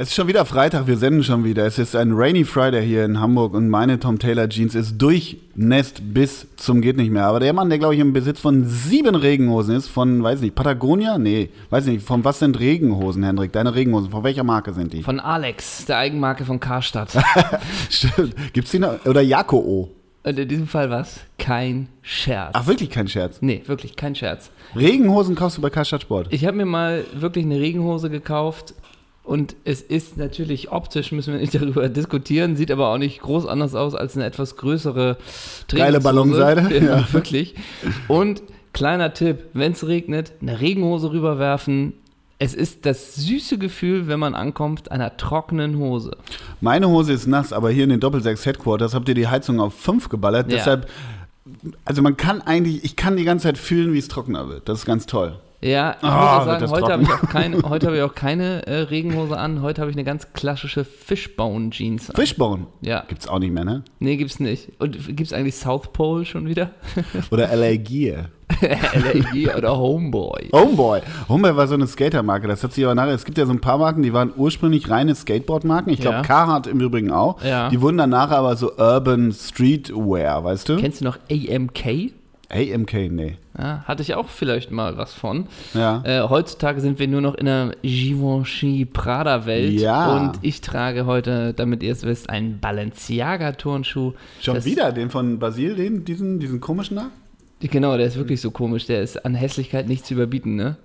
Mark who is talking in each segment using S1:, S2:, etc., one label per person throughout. S1: Es ist schon wieder Freitag, wir senden schon wieder. Es ist ein Rainy Friday hier in Hamburg und meine Tom Taylor Jeans ist durchnässt bis zum geht nicht mehr. Aber der Mann, der glaube ich im Besitz von sieben Regenhosen ist, von, weiß nicht, Patagonia? Nee, weiß nicht, von was sind Regenhosen, Hendrik? Deine Regenhosen, von welcher Marke sind die?
S2: Von Alex, der Eigenmarke von Karstadt.
S1: Stimmt. Gibt's die noch? Oder Jakoo?
S2: Und in diesem Fall was? Kein Scherz.
S1: Ach, wirklich kein Scherz.
S2: Nee, wirklich kein Scherz.
S1: Regenhosen kaufst du bei Karstadt Sport.
S2: Ich habe mir mal wirklich eine Regenhose gekauft und es ist natürlich optisch, müssen wir nicht darüber diskutieren, sieht aber auch nicht groß anders aus als eine etwas größere
S1: Geile
S2: Trainingshose.
S1: Ballonseide,
S2: Ja,
S1: ja.
S2: wirklich. Und kleiner Tipp, wenn es regnet, eine Regenhose rüberwerfen. Es ist das süße Gefühl, wenn man ankommt, einer trockenen Hose.
S1: Meine Hose ist nass, aber hier in den Doppelsechs Headquarters habt ihr die Heizung auf 5 geballert.
S2: Ja.
S1: Deshalb, also man kann eigentlich, ich kann die ganze Zeit fühlen, wie es trockener wird. Das ist ganz toll.
S2: Ja, ich
S1: Ah,
S2: muss auch
S1: wird
S2: sagen,
S1: das
S2: heute
S1: trocken.
S2: habe ich auch keine, heute habe ich auch keine äh, Regenhose an. Heute habe ich eine ganz klassische Fishbone-Jeans an.
S1: Fishbone
S2: Ja,
S1: gibt's auch nicht mehr, ne?
S2: nee, gibt's nicht. Und gibt's eigentlich South Pole schon wieder?
S1: Oder LA Gear.
S2: LAG oder Homeboy?
S1: Homeboy. Homeboy war so eine Skatermarke. Das hat sich aber nachher. Es gibt ja so ein paar Marken, die waren ursprünglich reine Skateboardmarken. Ich glaube,
S2: Ja.
S1: Carhartt im Übrigen auch.
S2: Ja.
S1: Die wurden danach aber so Urban Streetwear, weißt du?
S2: Kennst du noch AMK?
S1: AMK, nee.
S2: Ja, hatte ich auch vielleicht mal was von.
S1: Ja.
S2: Äh, heutzutage sind wir nur noch in der Givenchy Prada-Welt.
S1: Ja.
S2: Und ich trage heute, damit ihr es wisst, einen Balenciaga-Turnschuh.
S1: Schon
S2: Das-
S1: wieder den von Basil, den, diesen, diesen komischen da?
S2: Genau, der ist wirklich so komisch. Der ist an Hässlichkeit nicht zu überbieten, ne?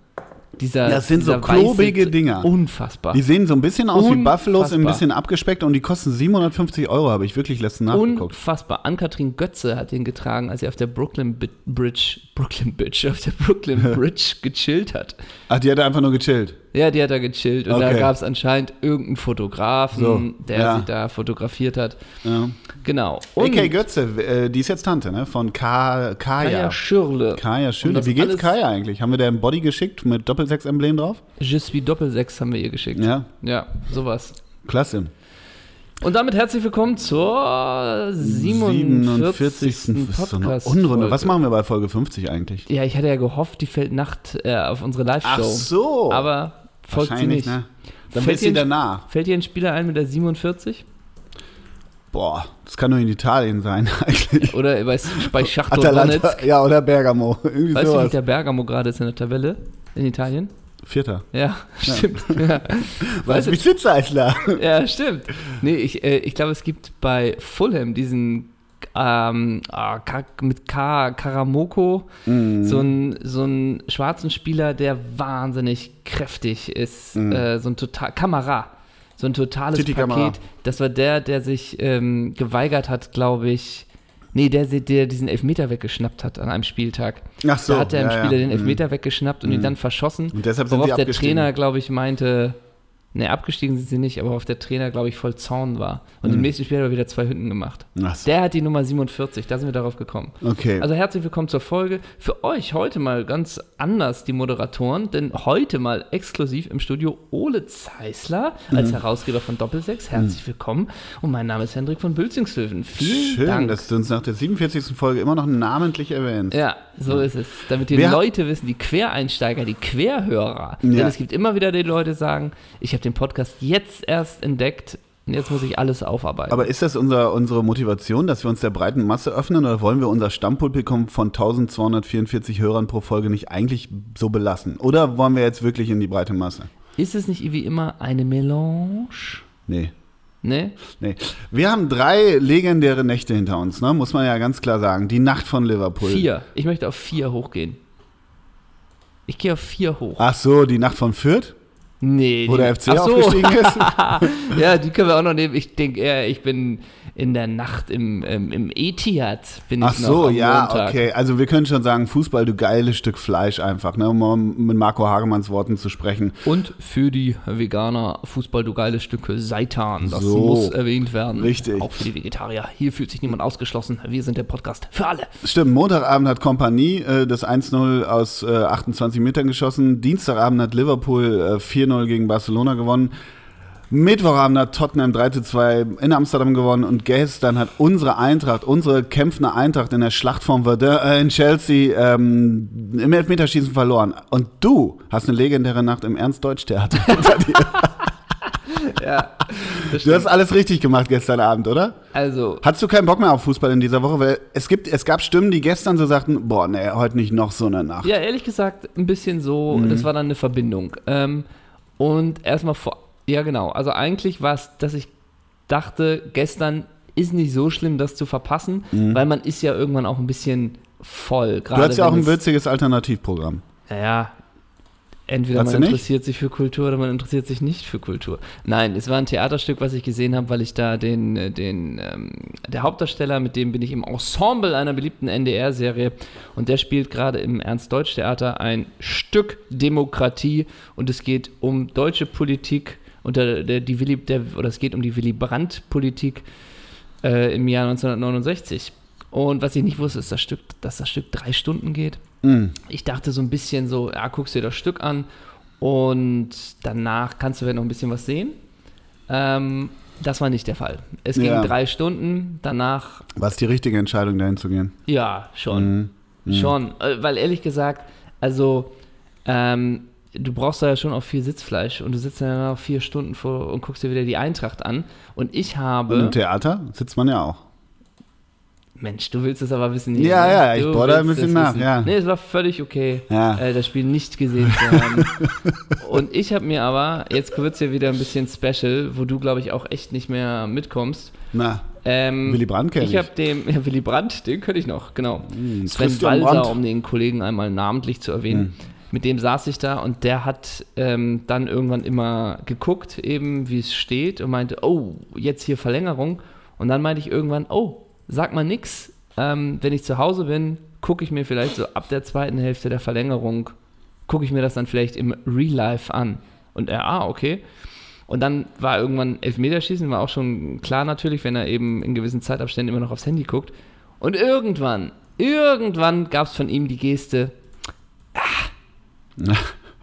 S2: Dieser,
S1: Das sind so
S2: dieser weiße-
S1: klobige Dinger.
S2: Unfassbar.
S1: Die sehen so ein bisschen aus wie
S2: Unfassbar.
S1: Buffalos, ein bisschen abgespeckt und die kosten 750 Euro, habe ich wirklich letztens nachgeguckt.
S2: Unfassbar. Ann-Kathrin Götze hat ihn getragen, als sie auf der Brooklyn Bi- Bridge, Brooklyn Bridge, auf der Brooklyn Bridge gechillt hat.
S1: Ach, Ah, die hat einfach nur gechillt.
S2: Ja, die hat da gechillt und da
S1: Okay.
S2: gab es anscheinend irgendeinen Fotografen,
S1: So,
S2: der
S1: ja.
S2: sie da fotografiert hat.
S1: Ja.
S2: Genau.
S1: AK Götze, äh, die ist jetzt Tante, ne? Von Ka Kaya.
S2: Kaya Schürle.
S1: Kaya,
S2: Und
S1: schön.
S2: das
S1: Wie geht's
S2: alles-
S1: Kaya eigentlich? Haben wir der ein Body geschickt mit Doppelsechs-Emblem drauf?
S2: Je suis Doppelsechs haben wir ihr geschickt.
S1: Ja,
S2: ja, sowas.
S1: klasse.
S2: Und damit herzlich willkommen zur 47.
S1: Das ist so eine
S2: Podcast.
S1: Unrunde. Was machen wir bei Folge 50 eigentlich?
S2: Ja, ich hatte ja gehofft, die fällt Nacht äh, auf unsere Live-Show.
S1: so.
S2: Aber folgt sie
S1: Wahrscheinlich,
S2: nicht.
S1: ne? Dann
S2: Fällt
S1: bist du
S2: dir-
S1: danach.
S2: Fällt dir ein Spieler ein mit der 47?
S1: Boah, das kann nur in Italien sein eigentlich.
S2: Oder bei, bei Schachtel Donetsk?
S1: Atalanta, ja, oder Bergamo. Irgendwie
S2: Weißt du, wie
S1: sowas.
S2: der Bergamo gerade ist in der Tabelle? In Italien?
S1: Vierter.
S2: Ja, stimmt. Ja,
S1: Weiß
S2: Weißt
S1: wie Sitzer ist da.
S2: ja stimmt. Nee, ich, äh, ich glaube, es gibt bei Fulham diesen ähm, ah, Ka mit K Karamoko
S1: Mhm.
S2: so einen so einen schwarzen Spieler, der wahnsinnig kräftig ist. Äh, so ein total Kamera. So ein totales
S1: Mhm. Titi
S2: Paket.
S1: Kamara.
S2: Das war der, der sich ähm, geweigert hat, glaube ich. Nee, der, der diesen Elfmeter weggeschnappt hat an einem Spieltag.
S1: Ach so,
S2: da hat der
S1: ja, Hm.
S2: im Spieler
S1: ja. Mhm.
S2: den Elfmeter weggeschnappt und ihn dann verschossen.
S1: Und deshalb sind
S2: worauf
S1: sie
S2: der
S1: abgestiegen.
S2: Trainer, glaube ich, meinte, ne, abgestiegen sind sie nicht, aber auf der Trainer, glaube ich, voll Zorn war. Und
S1: Mhm.
S2: im nächsten Spiel hat er wieder zwei Hütten gemacht.
S1: Ach so.
S2: Der hat die Nummer 47, da sind wir darauf gekommen.
S1: Okay.
S2: Also herzlich willkommen zur Folge. Für euch heute mal ganz anders die Moderatoren, denn heute mal exklusiv im Studio Ole Zeisler als
S1: Mhm.
S2: Herausgeber von Doppelsechs. Herzlich willkommen. Und mein Name ist Hendrik von Bülzingshöfen. Vielen
S1: Schön,
S2: Dank.
S1: dass du uns nach der 47. Folge immer noch namentlich erwähnst.
S2: Ja, so ist es. Damit die
S1: Wer-
S2: Leute wissen, die Quereinsteiger, die Querhörer. Denn
S1: Ja.
S2: es gibt immer wieder die Leute, die sagen, ich habe den Podcast jetzt erst entdeckt und jetzt muss ich alles aufarbeiten.
S1: Aber ist das unser, unsere Motivation, dass wir uns der breiten Masse öffnen oder wollen wir unser Stammpublikum von 1244 Hörern pro Folge nicht eigentlich so belassen? Oder wollen wir jetzt wirklich in die breite Masse?
S2: ist es nicht wie immer eine Melange?
S1: Nee.
S2: Ne?
S1: Nee. Wir haben drei legendäre Nächte hinter uns, ne? muss man ja ganz klar sagen. Die Nacht von Liverpool.
S2: Vier. Ich möchte auf vier hochgehen. Ich gehe auf vier hoch.
S1: Ach so, die Nacht von Fürth,
S2: Nee.
S1: wo
S2: die-
S1: der FC
S2: Ach so.
S1: aufgestiegen ist.
S2: ja, die können wir auch noch nehmen. Ich denke eher, ich bin in der Nacht im, ähm, im Etihad. Bin
S1: Ach
S2: ich noch
S1: so,
S2: am
S1: ja,
S2: Montag.
S1: okay. Also wir können schon sagen, Fußball, du geiles Stück Fleisch einfach, ne? um mal mit Marco Hagemanns Worten zu sprechen.
S2: Und für die Veganer Fußball du geiles Stück Seitan. Das
S1: So.
S2: muss erwähnt werden.
S1: Richtig.
S2: Auch für die Vegetarier. Hier fühlt sich niemand ausgeschlossen. Wir sind der Podcast für alle.
S1: Stimmt, Montagabend hat Kompanie äh, das 1-0 aus äh, 28 Metern geschossen. Dienstagabend hat Liverpool äh, 4-0 gegen Barcelona gewonnen. Mittwochabend hat Tottenham 3-2 in Amsterdam gewonnen. Und gestern hat unsere Eintracht, unsere kämpfende Eintracht in der Schlacht von Verdun äh, in Chelsea ähm, im Elfmeterschießen verloren. Und du hast eine legendäre Nacht im Ernst-Deutsch-Theater.
S2: ja, das
S1: Du hast
S2: stimmt.
S1: alles richtig gemacht gestern Abend, oder?
S2: Also,
S1: Hattest du keinen Bock mehr auf Fußball in dieser Woche? Weil es, gibt, es gab Stimmen, die gestern so sagten, boah, nee, heute nicht noch so eine Nacht.
S2: ja, ehrlich gesagt, ein bisschen so,
S1: Mhm.
S2: das war dann eine Verbindung. Ähm, und erstmal vor, ja genau, also eigentlich war es, dass ich dachte, gestern ist nicht so schlimm, das zu verpassen, weil man ist ja irgendwann auch ein bisschen voll.
S1: Mhm. du
S2: gerade
S1: hattest ja auch
S2: wenn
S1: ein
S2: es-
S1: würziges Alternativprogramm.
S2: Naja, entweder
S1: Hast du
S2: man
S1: nicht?
S2: interessiert sich für Kultur oder man interessiert sich nicht für Kultur. Nein, es war ein Theaterstück, was ich gesehen habe, weil ich da den, äh, den ähm, der Hauptdarsteller, mit dem bin ich im Ensemble einer beliebten NDR-Serie und der spielt gerade im Ernst-Deutsch-Theater ein Stück Demokratie und es geht um deutsche Politik und der, der, die Willy, der, oder es geht um die Willy Brandt-Politik äh, im Jahr 1969. Und was ich nicht wusste, ist, das Stück, dass das Stück drei Stunden geht ich dachte so ein bisschen so, ja, guckst dir das Stück an und danach kannst du vielleicht noch ein bisschen was sehen. Ähm, das war nicht der Fall. Es ging
S1: Ja.
S2: drei Stunden, danach
S1: War es die richtige Entscheidung, dahin zu gehen?
S2: ja, schon.
S1: Mhm.
S2: Schon. Äh, Weil ehrlich gesagt, also ähm, du brauchst da ja schon auch viel Sitzfleisch und du sitzt dann ja noch vier Stunden vor und guckst dir wieder die Eintracht an. Und ich
S1: Und
S2: habe.
S1: im Theater sitzt man ja auch.
S2: Mensch, du willst es aber wissen.
S1: Ja,
S2: Jens.
S1: ja, ich
S2: ne? Du
S1: bohr da ein
S2: willst
S1: bisschen
S2: es
S1: nach, ja.
S2: Nee, es war völlig okay,
S1: Ja.
S2: äh, das Spiel nicht gesehen zu haben. Und ich habe mir aber, jetzt wird es ja wieder ein bisschen special, wo du, glaube ich, auch echt nicht mehr mitkommst.
S1: Na,
S2: Ähm,
S1: Willy Brandt kenn
S2: ich.
S1: ich. Hm,
S2: habe dem, ja, Willy Brandt, den könnte ich noch, genau. Sven
S1: Christian Brandt.
S2: Walser, um den Kollegen einmal namentlich zu erwähnen. Mit dem saß ich da und der hat ähm, dann irgendwann immer geguckt, eben wie es steht und meinte, oh, jetzt hier Verlängerung. Und dann meinte ich irgendwann, oh, sag mal nix. Ähm, wenn ich zu Hause bin, gucke ich mir vielleicht so ab der zweiten Hälfte der Verlängerung, gucke ich mir das dann vielleicht im Real Life an. Und er, ah, okay. Und dann war irgendwann Elfmeterschießen, war auch schon klar natürlich, wenn er eben in gewissen Zeitabständen immer noch aufs Handy guckt. Und irgendwann, irgendwann gab es von ihm die Geste. Ah.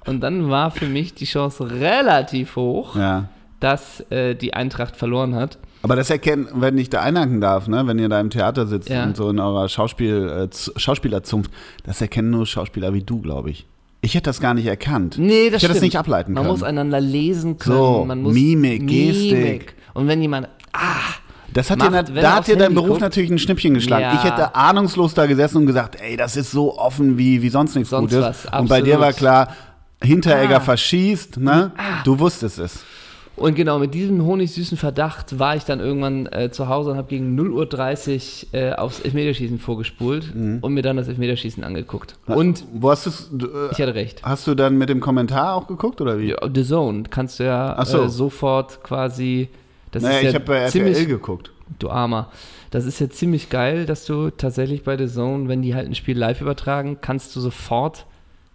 S2: Und dann war für mich die Chance relativ hoch,
S1: ja.
S2: dass äh, die Eintracht verloren hat.
S1: Aber das erkennen, wenn ich da einhaken darf, ne? wenn ihr da im Theater sitzt
S2: Ja.
S1: und so in eurer Schauspiel, äh, Z- Schauspielerzunft, das erkennen nur Schauspieler wie du, glaube ich. Ich hätte das gar nicht erkannt.
S2: Nee, das
S1: ich hätte das
S2: stimmt.
S1: nicht ableiten
S2: Man muss
S1: können.
S2: einander lesen können.
S1: So,
S2: man muss
S1: Mimik, Gestik.
S2: Und wenn jemand.
S1: Das hat
S2: macht,
S1: dir, na-
S2: wenn
S1: da
S2: er
S1: hat
S2: aufs
S1: dir dein
S2: Handy
S1: Beruf
S2: guckt.
S1: natürlich ein Schnippchen geschlagen.
S2: Ja.
S1: Ich hätte ahnungslos da gesessen und gesagt, ey, das ist so offen wie, wie sonst nichts
S2: Sonst
S1: Gutes.
S2: was,
S1: und bei dir
S2: absolut.
S1: war klar, Hinteregger
S2: Ah.
S1: verschießt, ne? Du wusstest es.
S2: Und genau, mit diesem honigsüßen Verdacht war ich dann irgendwann äh, zu Hause und habe gegen 0.30 Uhr äh, aufs Elfmeterschießen vorgespult
S1: Mhm.
S2: und mir dann das Elfmeterschießen angeguckt. Und
S1: wo hast du's, du äh,
S2: ich hatte recht.
S1: Hast du dann mit dem Kommentar auch geguckt oder wie?
S2: Ja, The Zone kannst du ja
S1: Ach so.
S2: äh, sofort quasi. Das
S1: naja,
S2: ist ja
S1: ich äh, habe bei RTL
S2: ziemlich,
S1: geguckt.
S2: Du Armer. Das ist ja ziemlich geil, dass du tatsächlich bei The Zone, wenn die halt ein Spiel live übertragen, kannst du sofort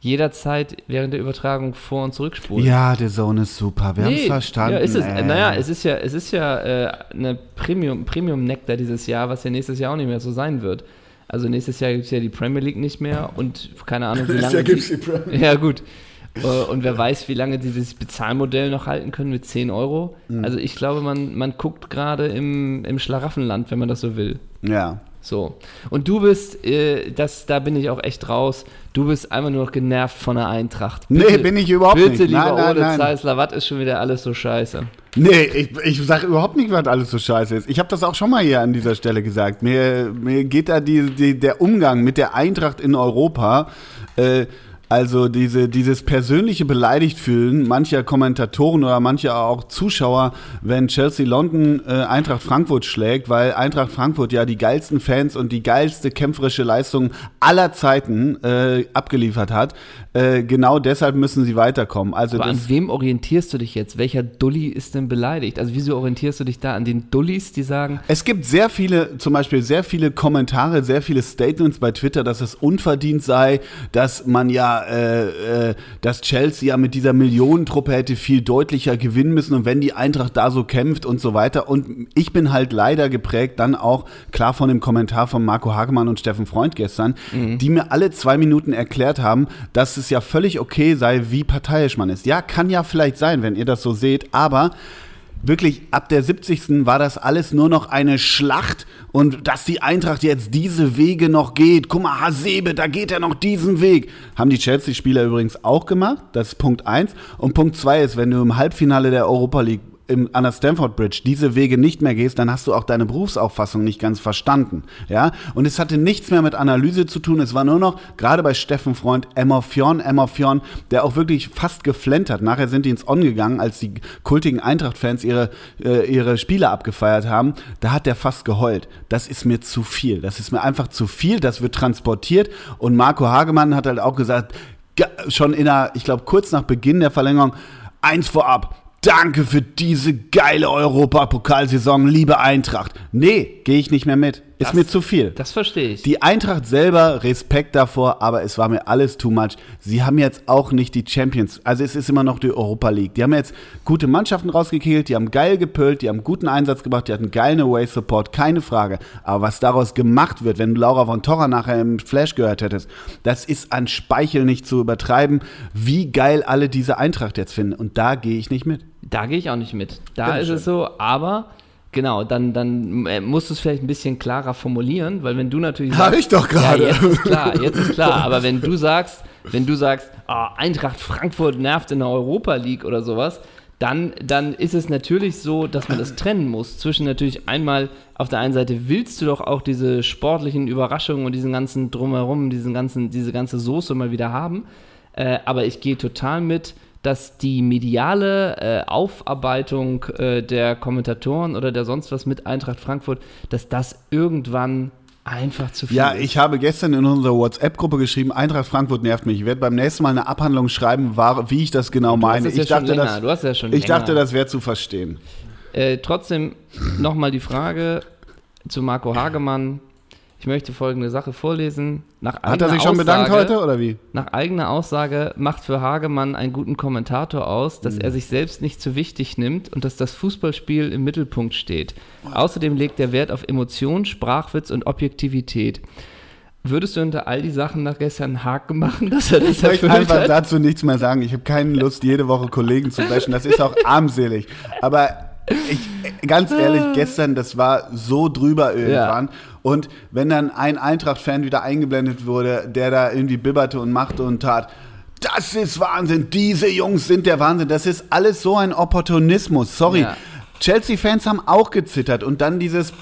S2: jederzeit während der Übertragung vor- und zurückspulen.
S1: Ja, der Zone ist super. Wir haben's haben es
S2: Nee,
S1: verstanden. äh.
S2: Ja, ist es,
S1: ey.
S2: naja, es ist ja, es ist ja äh, eine Premium, Premium Nectar dieses Jahr, was ja nächstes Jahr auch nicht mehr so sein wird. Also nächstes Jahr gibt es ja die Premier League nicht mehr und keine Ahnung, wie
S1: Nächstes
S2: lange.
S1: Jahr gibt's
S2: die
S1: die Premier
S2: ja, gut. Äh, Und wer weiß, wie lange die dieses Bezahlmodell noch halten können mit 10 Euro.
S1: Mhm.
S2: Also ich glaube, man, man guckt gerade im, im Schlaraffenland, wenn man das so will.
S1: ja.
S2: So. Und du bist, äh, das, da bin ich auch echt raus, du bist einfach nur noch genervt von der Eintracht.
S1: Nee, bin ich überhaupt
S2: bitte,
S1: nicht.
S2: Bitte, lieber
S1: Nein, nein,
S2: Ole
S1: nein.
S2: Zeisler, was ist schon wieder alles so scheiße?
S1: Nee, ich, ich sage überhaupt nicht, was alles so scheiße ist. Ich habe das auch schon mal hier an dieser Stelle gesagt. Mir, mir geht da die, die, der Umgang mit der Eintracht in Europa, äh, also diese, dieses persönliche beleidigt fühlen mancher Kommentatoren oder mancher auch Zuschauer, wenn Chelsea London äh, Eintracht Frankfurt schlägt, weil Eintracht Frankfurt ja die geilsten Fans und die geilste kämpferische Leistung aller Zeiten äh, abgeliefert hat. Äh, genau deshalb müssen sie weiterkommen. Also
S2: Aber
S1: das,
S2: an wem orientierst du dich jetzt? Welcher Dulli ist denn beleidigt? Also wieso orientierst du dich da an den Dullis, die sagen,
S1: Es gibt sehr viele, zum Beispiel sehr viele Kommentare, sehr viele Statements bei Twitter, dass es unverdient sei, dass man ja, äh, äh, dass Chelsea ja mit dieser Millionentruppe hätte viel deutlicher gewinnen müssen und wenn die Eintracht da so kämpft und so weiter. Und ich bin halt leider geprägt dann auch klar von dem Kommentar von Marco Hagemann und Steffen Freund gestern, die mir alle zwei Minuten erklärt haben, dass es ja völlig okay sei, wie parteiisch man ist. Ja, kann ja vielleicht sein, wenn ihr das so seht, aber wirklich ab der 70. war das alles nur noch eine Schlacht und dass die Eintracht jetzt diese Wege noch geht. Guck mal, Hasebe, da geht er noch diesen Weg. Haben die Chelsea-Spieler übrigens auch gemacht. Das ist Punkt 1. Und Punkt 2 ist, wenn du im Halbfinale der Europa League im, an der Stamford Bridge diese Wege nicht mehr gehst, dann hast du auch deine Berufsauffassung nicht ganz verstanden. Ja? Und es hatte nichts mehr mit Analyse zu tun. Es war nur noch, gerade bei Steffen Freund, Emma Fjorn, Emma Fjorn, der auch wirklich fast geflennt hat. Nachher sind die ins On gegangen, als die kultigen Eintracht-Fans ihre, äh, ihre Spiele abgefeiert haben. Da hat der fast geheult. Das ist mir zu viel. Das ist mir einfach zu viel. Das wird transportiert. Und Marco Hagemann hat halt auch gesagt, schon in der, ich glaube, kurz nach Beginn der Verlängerung, eins vorab. Danke für diese geile Europapokalsaison, liebe Eintracht. Nee, gehe ich nicht mehr mit. Ist
S2: Das-
S1: mir zu viel.
S2: Das verstehe ich.
S1: Die Eintracht selber, Respekt davor, aber es war mir alles too much. Sie haben jetzt auch nicht die Champions, also es ist immer noch die Europa League. Die haben jetzt gute Mannschaften rausgekegelt, die haben geil gepölt, die haben guten Einsatz gebracht, die hatten geilen Away-Support, keine Frage. Aber was daraus gemacht wird, wenn du Laura von Torra nachher im Flash gehört hättest, das ist an Speichel nicht zu übertreiben, wie geil alle diese Eintracht jetzt finden. Und da gehe ich nicht mit.
S2: Da gehe ich auch nicht mit. Da
S1: Bitte
S2: ist es so, aber genau, dann, dann äh, musst du es vielleicht ein bisschen klarer formulieren, weil wenn du natürlich
S1: Hab ich doch gerade.
S2: Ja, jetzt ist klar, jetzt ist klar. Aber wenn du sagst, wenn du sagst, ah, Eintracht Frankfurt nervt in der Europa League oder sowas, dann, dann ist es natürlich so, dass man das trennen muss. Zwischen natürlich einmal, auf der einen Seite willst du doch auch diese sportlichen Überraschungen und diesen ganzen Drumherum, diesen ganzen, diese ganze Soße mal wieder haben. Äh, aber ich gehe total mit, dass die mediale äh, Aufarbeitung äh, der Kommentatoren oder der sonst was mit Eintracht Frankfurt, dass das irgendwann einfach zu viel
S1: Ja,
S2: ist.
S1: ich habe gestern in unserer WhatsApp-Gruppe geschrieben, Eintracht Frankfurt nervt mich. Ich werde beim nächsten Mal eine Abhandlung schreiben, war- wie ich das genau
S2: Du hast
S1: meine.
S2: es ja
S1: Ich
S2: schon
S1: dachte,
S2: länger.
S1: das,
S2: du hast es ja schon
S1: ich
S2: länger.
S1: dachte, das wäre zu verstehen.
S2: Äh, trotzdem nochmal die Frage zu Marco Hagemann. Ich möchte folgende Sache vorlesen. Nach
S1: Hat
S2: eigener
S1: er sich schon bedankt
S2: Aussage-
S1: heute oder wie?
S2: Nach eigener Aussage macht für Hagemann einen guten Kommentator aus,
S1: Hm.
S2: dass er sich selbst nicht zu wichtig nimmt und dass das Fußballspiel im Mittelpunkt steht. Außerdem legt er Wert auf Emotion, Sprachwitz und Objektivität. Würdest du hinter all die Sachen nach gestern einen Haken machen, dass er das
S1: Ich möchte
S2: erfüllt
S1: einfach
S2: hat?
S1: dazu nichts mehr sagen. Ich habe keine Lust, jede Woche Kollegen zu bashen. Das ist auch armselig. Aber ich, ganz ehrlich, gestern, das war so drüber irgendwann. Und wenn dann ein Eintracht-Fan wieder eingeblendet wurde, der da irgendwie bibberte und machte und tat, das ist Wahnsinn, diese Jungs sind der Wahnsinn. Das ist alles so ein Opportunismus. Sorry.
S2: Ja.
S1: Chelsea-Fans haben auch gezittert und dann dieses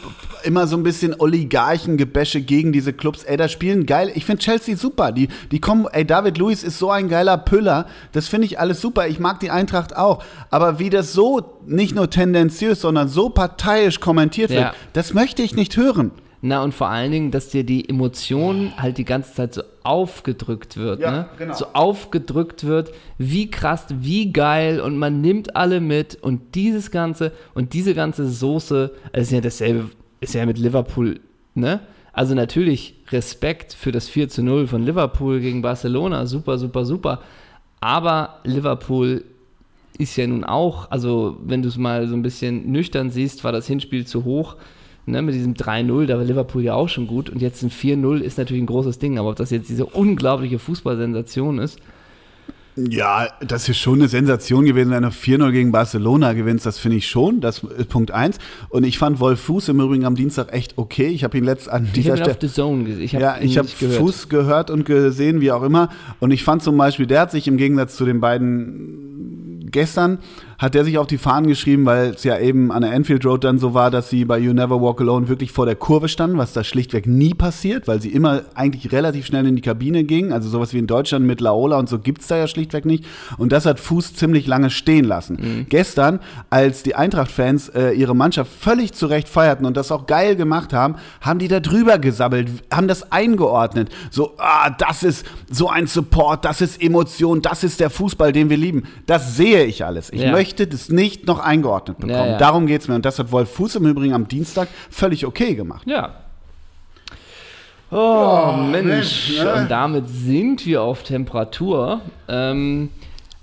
S1: immer so ein bisschen Oligarchengebäsche gegen diese Clubs. Ey, da spielen geil. Ich finde Chelsea super. Die, die kommen, ey, David Luiz ist so ein geiler Püller. Das finde ich alles super. Ich mag die Eintracht auch. Aber wie das so nicht nur tendenziös, sondern so parteiisch kommentiert
S2: Ja.
S1: wird, das möchte ich nicht hören.
S2: Na, und vor allen Dingen, dass dir die Emotion halt die ganze Zeit so aufgedrückt wird,
S1: Ja,
S2: ne?
S1: genau.
S2: So aufgedrückt wird, wie krass, wie geil und man nimmt alle mit und dieses Ganze und diese ganze Soße, also ist ja dasselbe, ist ja mit Liverpool, ne? Also natürlich Respekt für das 4 zu 0 von Liverpool gegen Barcelona, super, super, super. Aber Liverpool ist ja nun auch, also wenn du es mal so ein bisschen nüchtern siehst, war das Hinspiel zu hoch. Ne, mit diesem 3-0, da war Liverpool ja auch schon gut. Und jetzt ein 4-0 ist natürlich ein großes Ding. Aber ob das jetzt diese unglaubliche Fußballsensation ist,
S1: Ja, das ist schon eine Sensation gewesen, wenn du 4-0 gegen Barcelona gewinnst. Das finde ich schon. Das ist Punkt eins. Und ich fand Wolf Fuß im Übrigen am Dienstag echt okay. Ich habe ihn letzt an
S2: ich
S1: dieser
S2: habe ihn
S1: Stelle.
S2: auf The Zone gesehen. Ich habe
S1: Ja,
S2: ihn
S1: ich habe
S2: nicht gehört.
S1: Fuß gehört und gesehen, wie auch immer. Und ich fand zum Beispiel, der hat sich im Gegensatz zu den beiden gestern, hat der sich auf die Fahnen geschrieben, weil es ja eben an der Enfield Road dann so war, dass sie bei You Never Walk Alone wirklich vor der Kurve standen, was da schlichtweg nie passiert, weil sie immer eigentlich relativ schnell in die Kabine gingen. Also sowas wie in Deutschland mit Laola und so gibt's da ja schlichtweg nicht. Und das hat Fuß ziemlich lange stehen lassen.
S2: Mhm.
S1: Gestern, als die Eintracht-Fans äh, ihre Mannschaft völlig zurecht feierten und das auch geil gemacht haben, haben die da drüber gesabbelt, haben das eingeordnet. So, ah, das ist so ein Support, das ist Emotion, das ist der Fußball, den wir lieben. Das sehe ich alles. Ich
S2: Ja.
S1: möchte das nicht noch eingeordnet bekommen.
S2: Ja, ja.
S1: Darum geht's mir. Und das hat Wolf Fuß im Übrigen am Dienstag völlig okay gemacht.
S2: Ja. Oh, Mensch.
S1: Mensch, ne?
S2: Und damit sind wir auf Temperatur. Ähm,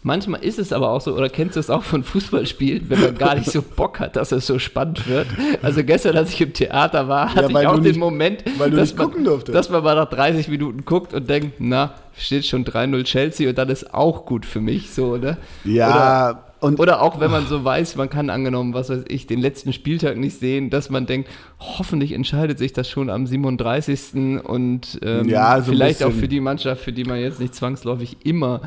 S2: manchmal ist es aber auch so, oder kennst du es auch von Fußballspielen, wenn man gar nicht so Bock hat, dass es so spannend wird. Also gestern, als ich im Theater war, hatte
S1: weil
S2: ich auch
S1: du
S2: den
S1: nicht-
S2: Moment,
S1: weil du
S2: dass,
S1: nicht gucken
S2: man,
S1: durftest.
S2: dass man mal nach 30 Minuten guckt und denkt, na, steht schon 3-0 Chelsea und dann ist auch gut für mich, so, ne?
S1: Ja, und
S2: Oder auch wenn man so weiß, man kann angenommen, was weiß ich, den letzten Spieltag nicht sehen, dass man denkt, hoffentlich entscheidet sich das schon am 37. und ähm,
S1: Ja, so ein
S2: vielleicht auch
S1: bisschen.
S2: für die Mannschaft, für die man jetzt nicht zwangsläufig immer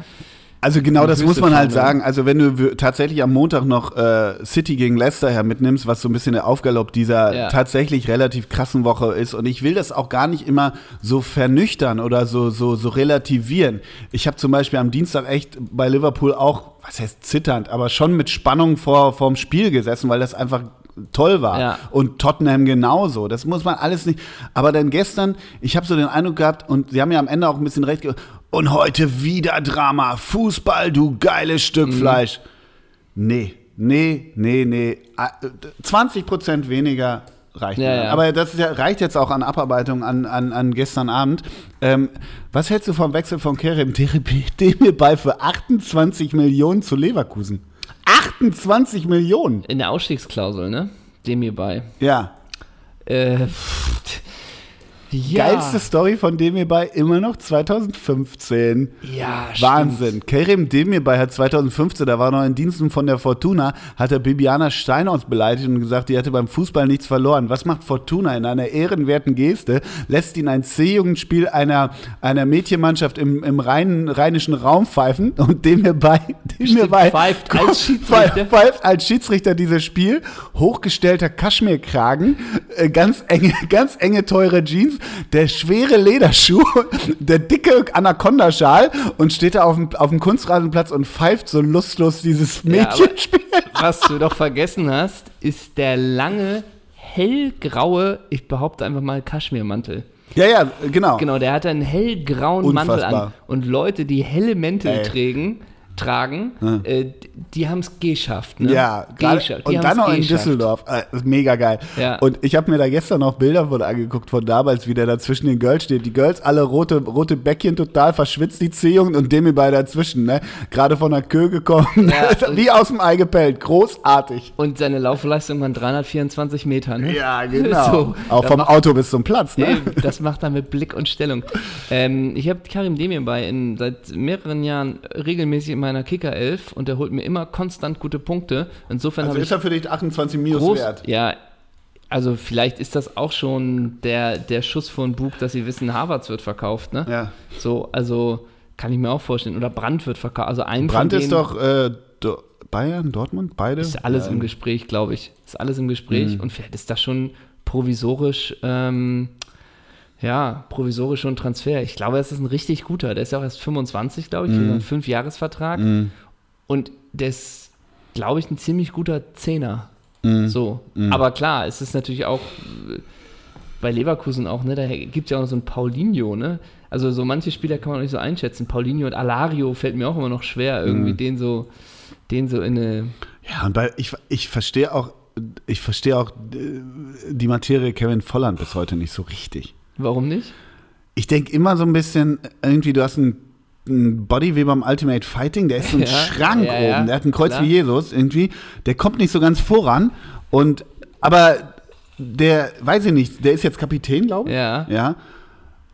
S1: Also genau,
S2: Die
S1: das
S2: höchste
S1: muss man halt
S2: Form, ja.
S1: sagen. Also wenn du w- tatsächlich am Montag noch äh, City gegen Leicester her mitnimmst, was so ein bisschen der Aufgalopp dieser
S2: Ja.
S1: tatsächlich relativ krassen Woche ist. Und ich will das auch gar nicht immer so vernüchtern oder so, so, so relativieren. Ich habe zum Beispiel am Dienstag echt bei Liverpool auch, was heißt zitternd, aber schon mit Spannung vor vorm Spiel gesessen, weil das einfach toll war.
S2: Ja.
S1: Und Tottenham genauso. Das muss man alles nicht. Aber dann gestern, ich habe so den Eindruck gehabt, und Sie haben ja am Ende auch ein bisschen recht. ge- Und heute wieder Drama. Fußball, du geiles Stück
S2: Mhm.
S1: Fleisch. Nee, nee, nee, nee. Ah, äh, 20 Prozent weniger reicht.
S2: Ja,
S1: mir.
S2: ja.
S1: Aber das ist ja, reicht jetzt auch an Abarbeitung an, an, an gestern Abend. Ähm, was hältst du vom Wechsel von Kerem Demirbay- Demirbay für 28 Millionen zu Leverkusen? 28 Millionen!
S2: In der Ausstiegsklausel, ne? Dem hierbei.
S1: Ja.
S2: Äh, pff, ja.
S1: Geilste Story von Demirbay immer noch 2015.
S2: Ja,
S1: Wahnsinn. Kerem Demirbay hat 2015, da war er noch in Diensten von der Fortuna, hat er Bibiana Steinhaus beleidigt und gesagt, die hätte beim Fußball nichts verloren. Was macht Fortuna in einer ehrenwerten Geste? Lässt ihn ein C-Jugendspiel einer, einer Mädchenmannschaft im, im rhein, rheinischen Raum pfeifen und Demirbay, Demirbay
S2: pfeift als
S1: kommt-
S2: Schiedsrichter.
S1: pfeift als Schiedsrichter dieses Spiel. Hochgestellter Kaschmirkragen, äh, ganz enge, ganz enge teure Jeans, der schwere Lederschuh, der dicke Anaconda-Schal und steht da auf dem, auf dem Kunstrasenplatz und pfeift so lustlos dieses
S2: Ja, aber-
S1: Mädchenspiel.
S2: Was du doch vergessen hast, ist der lange, hellgraue, ich behaupte einfach mal Kaschmirmantel.
S1: Ja, ja, genau.
S2: Genau, der hat einen hellgrauen Mantel
S1: Unfassbar.
S2: an. Und Leute, die helle Mäntel
S1: Ey. Hm.
S2: trägen, tragen, äh, d- die haben es geschafft. Ne?
S1: Ja, gerade
S2: geschafft. Die
S1: und dann
S2: haben's
S1: noch in
S2: geschafft.
S1: Düsseldorf. Äh, ist mega geil.
S2: Ja.
S1: Und ich habe mir da gestern noch Bilder von angeguckt von damals, wie der da zwischen den Girls steht. Die Girls alle rote, rote Bäckchen total verschwitzt, die Zehjungen und Demi bei dazwischen, ne? Gerade von der Kö gekommen.
S2: Ja.
S1: wie aus dem Ei gepellt. Großartig.
S2: Und seine Laufleistung waren 324 Meter. Ne?
S1: Ja, genau.
S2: So,
S1: Auch
S2: da
S1: vom
S2: macht-
S1: Auto bis zum Platz, ne?
S2: Ey, das macht er mit Blick und Stellung. Ähm, ich habe Karim Demir bei in, seit mehreren Jahren regelmäßig in meiner Kicker 11 und er holt mir immer konstant gute Punkte. Insofern
S1: Also
S2: habe
S1: ist
S2: ich
S1: er für dich 28 Minus
S2: groß.
S1: wert.
S2: Ja, also vielleicht ist das auch schon der, der Schuss von Bug, dass sie wissen, Harvards wird verkauft. Ne?
S1: Ja.
S2: So, also kann ich mir auch vorstellen. Oder Brand wird verkauft. Also ein von
S1: Brand
S2: denen
S1: ist doch äh, Do- Bayern, Dortmund, beide.
S2: ist alles
S1: Ja.
S2: im Gespräch, glaube ich. Ist alles im Gespräch und vielleicht ist das schon provisorisch, ähm, ja, provisorisch schon ein Transfer. Ich glaube, das ist ein richtig guter. Der ist ja auch erst 25, glaube ich, kriegt einen Fünfjahresvertrag. Und der ist, glaube ich, ein ziemlich guter Zehner. So. Aber klar, es ist natürlich auch äh, bei Leverkusen auch, ne? Da gibt es ja auch noch so ein Paulinho, ne? Also so manche Spieler kann man auch nicht so einschätzen. Paulinho und Alario fällt mir auch immer noch schwer, irgendwie den so, den so in eine
S1: Ja, und bei, ich, ich verstehe auch, ich verstehe auch äh, die Materie Kevin Volland bis heute nicht so richtig.
S2: Warum nicht?
S1: Ich denke immer so ein bisschen, irgendwie, du hast einen, einen Body wie beim Ultimate Fighting, der ist so ein
S2: Ja,
S1: Schrank
S2: ja,
S1: oben,
S2: ja,
S1: der hat ein Kreuz
S2: klar.
S1: wie Jesus irgendwie, der kommt nicht so ganz voran und, aber der, weiß ich nicht, der ist jetzt Kapitän, glaube ich.
S2: Ja.
S1: Ja.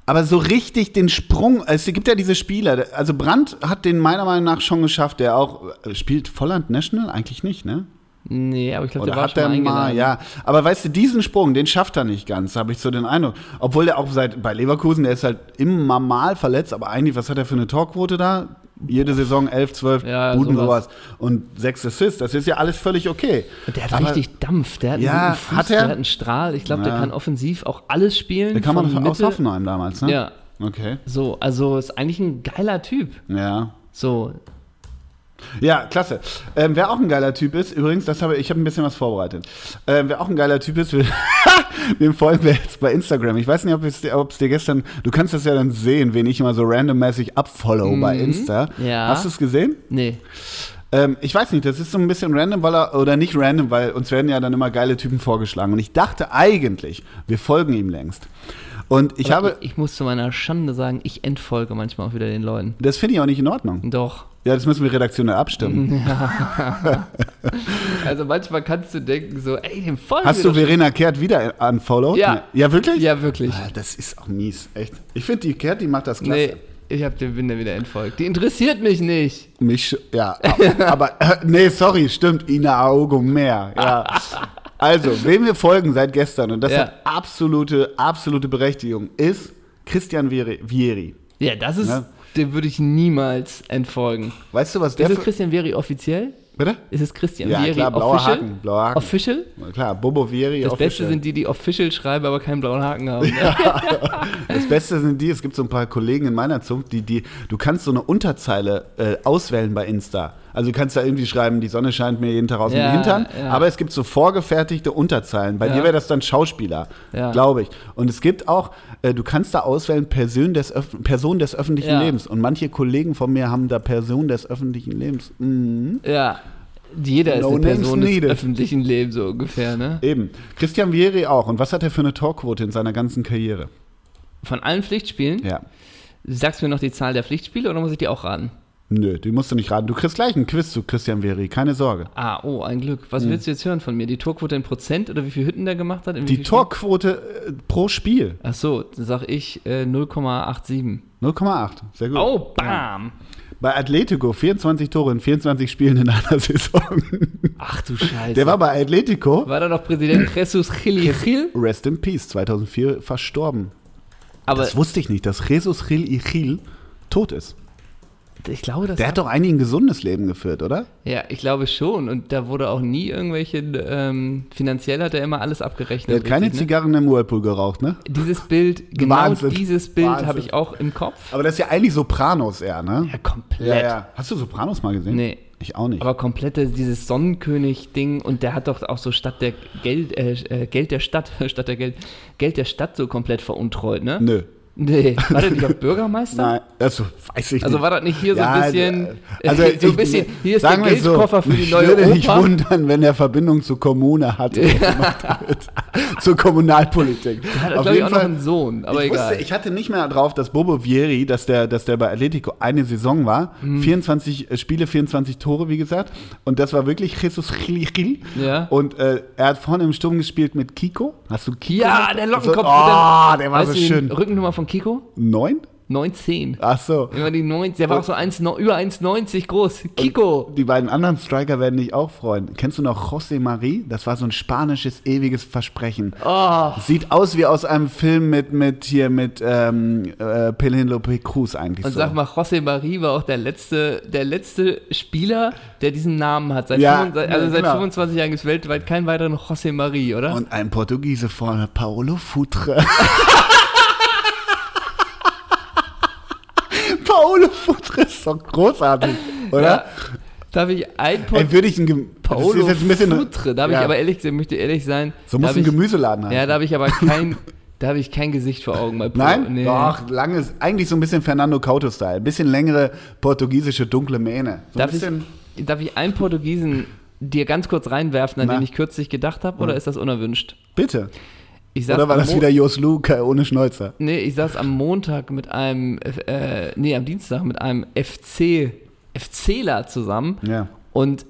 S1: Aber so richtig den Sprung, es gibt ja diese Spieler, also Brandt hat den meiner Meinung nach schon geschafft, der auch, spielt Volland National? Eigentlich nicht, ne?
S2: Nee, aber ich glaube, der
S1: Oder
S2: war
S1: hat
S2: schon
S1: er
S2: mal
S1: mal,
S2: eingeladen.
S1: ja. Aber weißt du, diesen Sprung, den schafft er nicht ganz, habe ich so den Eindruck. Obwohl der auch seit bei Leverkusen, der ist halt immer mal verletzt, aber eigentlich, was hat er für eine Torquote da? Jede Saison 11, 12
S2: Ja,
S1: Buden sowas.
S2: sowas.
S1: und sechs Assists, das ist ja alles völlig okay.
S2: Und der hat
S1: Aber
S2: richtig Dampf, der hat einen
S1: Ja,
S2: guten Fuß,
S1: hat er?
S2: der hat einen Strahl. Ich glaube,
S1: Ja.
S2: der kann offensiv auch alles spielen.
S1: Den kann
S2: von
S1: man aus
S2: Mitte-
S1: Hoffenheim damals, ne?
S2: Ja,
S1: Okay.
S2: so, also ist eigentlich ein geiler Typ.
S1: Ja.
S2: So,
S1: Ja, klasse. Ähm, wer auch ein geiler Typ ist, übrigens, das habe ich habe ein bisschen was vorbereitet. Ähm, wer auch ein geiler Typ ist, wir- dem folgen wir jetzt bei Instagram. Ich weiß nicht, ob es dir, ob es dir gestern, du kannst das ja dann sehen, wen ich immer so randommäßig abfollow bei Insta.
S2: Mhm. ja.
S1: Hast du es gesehen?
S2: nee.
S1: Ähm, ich weiß nicht, das ist so ein bisschen random, weil er, oder nicht random, weil uns werden ja dann immer geile Typen vorgeschlagen. Und ich dachte eigentlich, wir folgen ihm längst. Und ich
S2: Aber
S1: habe,
S2: ich, ich muss zu meiner Schande sagen, ich entfolge manchmal auch wieder den Leuten.
S1: das finde ich auch nicht in Ordnung.
S2: Doch.
S1: Ja, das müssen wir redaktionell abstimmen.
S2: Mhm. Also manchmal kannst du denken so, ey, dem folgen
S1: Hast du
S2: wir
S1: Verena Kehrt wieder unfollowed?
S2: Ja.
S1: Ja, wirklich?
S2: doch. Ja, wirklich.
S1: Ah, das ist auch mies, echt. Ich finde, die Kehrt, die macht das klasse.
S2: Nee, ich habe den Winder wieder entfolgt. Die interessiert mich nicht.
S1: Mich, sch- ja, au- aber, äh, nee, sorry, stimmt, Ina Augo mehr, ja. Also, wem wir folgen seit gestern, und das
S2: Ja.
S1: hat absolute, absolute Berechtigung, ist Christian Vieri. Vieri.
S2: Ja, das ist,
S1: Ne?
S2: dem würde ich niemals entfolgen.
S1: Weißt du, was der
S2: Ist es
S1: für-
S2: Christian Vieri officiell?
S1: Bitte?
S2: Ist es Christian
S1: Ja,
S2: Vieri
S1: klar, blauer
S2: official?
S1: Haken, blauer Haken.
S2: Official?
S1: Na Klar, Bobo Vieri.
S2: Das
S1: official.
S2: Beste sind die, die official schreiben, aber keinen blauen Haken haben. ne?
S1: Das Beste sind die, es gibt so ein paar Kollegen in meiner Zunft, die, die, du kannst so eine Unterzeile äh, auswählen bei Insta. Also du kannst da irgendwie schreiben, die Sonne scheint mir jeden Tag aus dem
S2: Ja,
S1: Hintern,
S2: ja.
S1: aber es gibt so vorgefertigte Unterzeilen. Bei
S2: Ja.
S1: dir wäre das dann Schauspieler,
S2: Ja.
S1: glaube ich. Und es gibt auch, äh, du kannst da auswählen Person des, Öff Person des öffentlichen
S2: Ja.
S1: Lebens. Und manche Kollegen von mir haben da Person des öffentlichen Lebens. Mhm.
S2: Ja, jeder ist
S1: No
S2: eine
S1: names
S2: Person des
S1: needed.
S2: öffentlichen Lebens so ungefähr, ne?
S1: Eben. Christian Vieri auch. Und was hat er für eine Torquote in seiner ganzen Karriere?
S2: Von allen Pflichtspielen,
S1: Ja.
S2: sagst du mir noch die Zahl der Pflichtspiele oder muss ich die auch raten?
S1: Nö, die musst du nicht raten. Du kriegst gleich einen Quiz zu Christian Vieri, keine Sorge.
S2: Ah, oh, ein Glück.
S1: Hm.
S2: Was willst du jetzt hören von mir? Die Torquote in Prozent oder wie viel Hütten der gemacht hat? In wie
S1: Die
S2: viel
S1: Torquote äh, pro Spiel
S2: Spielen? Ach so, dann sag ich äh, 0,87.
S1: 0,8. Sehr gut.
S2: Oh, bam!
S1: Bei Atletico 24 Tore in 24 Spielen in einer Saison.
S2: Ach du Scheiße.
S1: Der war bei Atletico.
S2: war da noch Präsident Jesus Gili Gil?
S1: Rest in Peace, 2004 verstorben.
S2: Aber
S1: das wusste ich nicht, dass Jesus Gil Ichil tot ist.
S2: ich glaube, das
S1: Der hat doch eigentlich ein gesundes Leben geführt, oder?
S2: Ja, ich glaube schon. Und da wurde auch nie irgendwelche, ähm, finanziell hat er immer alles abgerechnet.
S1: Der hat keine
S2: richtig, ne?
S1: Zigarren im Whirlpool geraucht, ne?
S2: Dieses Bild, genau
S1: Wahnsinn.
S2: dieses Bild
S1: Wahnsinn.
S2: habe ich auch im Kopf.
S1: Aber das ist ja eigentlich Sopranos eher, ne?
S2: Ja, komplett.
S1: Hast du Sopranos mal gesehen?
S2: Nee.
S1: Ich auch nicht.
S2: Aber komplett das- dieses Sonnenkönig-Ding und der hat doch auch so Stadt der Geld, äh, äh, Geld der Stadt, Stadt der Geld, Geld der Stadt so komplett veruntreut, ne?
S1: Nö.
S2: Nee. War der nicht auch Bürgermeister?
S1: Nein, also weiß ich
S2: Also
S1: nicht.
S2: war das nicht hier so ein
S1: Ja,
S2: bisschen,
S1: äh, also
S2: so ein
S1: ich-
S2: bisschen, hier ist der
S1: sagen wir's so,
S2: Geldkoffer für die
S1: mich
S2: neue
S1: würde
S2: Oper.
S1: nicht wundern, wenn er Verbindung zur Kommune hat. oder gemacht wird. zur Kommunalpolitik.
S2: Hat er, glaube ich, auch noch einen Sohn, aber
S1: ich,
S2: egal.
S1: wusste, ich hatte nicht mehr drauf, dass Bobo Vieri, dass der, dass der bei Atletico eine Saison war.
S2: Mhm.
S1: 24 Spiele, 24 Tore, wie gesagt. Und das war wirklich Jesus Gil. Gil.
S2: Ja.
S1: Und äh, er hat vorne im Sturm gespielt mit Kiko. Hast du Kiko?
S2: ja, der Lockenkopf.
S1: So, oh, der war
S2: weißt
S1: so
S2: du die
S1: schön.
S2: Rückennummer von Kiko?
S1: Neun?
S2: 19.
S1: Ach so.
S2: Immer die 90, der war auch so 1, no- über 1,90 groß. Kiko.
S1: Die beiden anderen Striker werden dich auch freuen. Kennst du noch José Marie? Das war so ein spanisches ewiges Versprechen.
S2: Oh,
S1: Sieht aus wie aus einem Film mit, mit hier mit ähm, äh, Penelope Cruz eigentlich.
S2: und
S1: so.
S2: sag mal, José Marie war auch der letzte, der letzte Spieler, der diesen Namen hat. Seit,
S1: Ja,
S2: 25, also
S1: ja,
S2: seit
S1: genau.
S2: 25 Jahren gibt es weltweit keinen weiteren José Marie, oder?
S1: Und ein Portugiese vorne, Paolo Futre. Paolo Futre ist doch großartig,
S2: Ja.
S1: oder?
S2: Da habe ich ein
S1: Ey,
S2: Punkt.
S1: würde ich ein Gem
S2: Paolo
S1: das ist jetzt ein bisschen,
S2: Futre. Da habe
S1: ja.
S2: ich aber ehrlich gesagt, möchte ehrlich sein.
S1: So
S2: da
S1: muss
S2: hab
S1: ein
S2: ich-
S1: Gemüseladen haben.
S2: Ja, da habe ich aber kein, da habe ich kein Gesicht vor Augen bei Pro.
S1: Nein?
S2: Nee.
S1: Doch, langes, eigentlich so ein bisschen Fernando Cauto-Style. Ein bisschen längere portugiesische dunkle Mähne. So
S2: Darf
S1: ein bisschen.
S2: ich, darf ich einen Portugiesen dir ganz kurz reinwerfen, an
S1: Na.
S2: den ich kürzlich gedacht habe, oder ist das unerwünscht?
S1: Bitte.
S2: Ich saß
S1: Oder war
S2: am
S1: das
S2: Mo-
S1: wieder Jos Luca ohne Schnäuzer?
S2: Nee, ich saß am Montag mit einem, äh, nee, am Dienstag mit einem FC, FCler zusammen
S1: Ja.
S2: und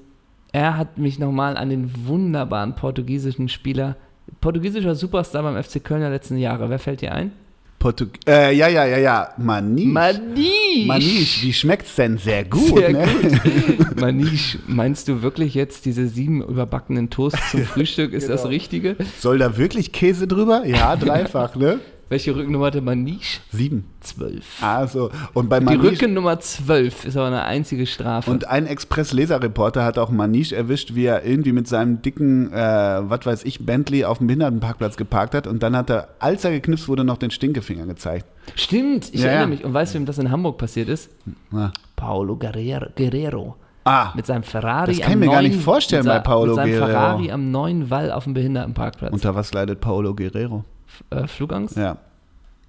S2: er hat mich nochmal an den wunderbaren portugiesischen Spieler, portugiesischer Superstar beim FC Köln der letzten Jahre, wer fällt dir ein?
S1: Portug äh, ja, ja, ja, ja. Maniche.
S2: Maniche!
S1: Maniche, wie schmeckt's denn? Sehr gut,
S2: Sehr
S1: ne?
S2: gut. Maniche, meinst du wirklich jetzt diese sieben überbackenen Toasts zum Frühstück ist das
S1: Genau.
S2: Richtige?
S1: Soll da wirklich Käse drüber? Ja, dreifach, ne?
S2: Welche Rückennummer hatte Maniche?
S1: Sieben.
S2: Zwölf.
S1: Also, und bei
S2: Die
S1: Maniche.
S2: Rückennummer zwölf ist aber eine einzige Strafe.
S1: Und ein Express-Leser-Reporter hat auch Maniche erwischt, wie er irgendwie mit seinem dicken, äh, was weiß ich, Bentley auf dem Behindertenparkplatz geparkt hat. Und dann hat er, als er geknipst wurde, noch den Stinkefinger gezeigt.
S2: Stimmt, ich
S1: Ja,
S2: erinnere
S1: ja.
S2: mich. Und weißt du, wem das in Hamburg passiert ist?
S1: Na.
S2: Paolo Guerrero. Guerrero.
S1: Ah,
S2: Mit seinem Ferrari
S1: Das kann ich mir gar nicht vorstellen
S2: mit
S1: bei
S2: se-
S1: Paolo
S2: mit seinem
S1: Guerrero.
S2: Ferrari am neuen Wall auf dem Behindertenparkplatz.
S1: unter was leidet Paolo Guerrero?
S2: F- äh, Flugangst.
S1: Ja.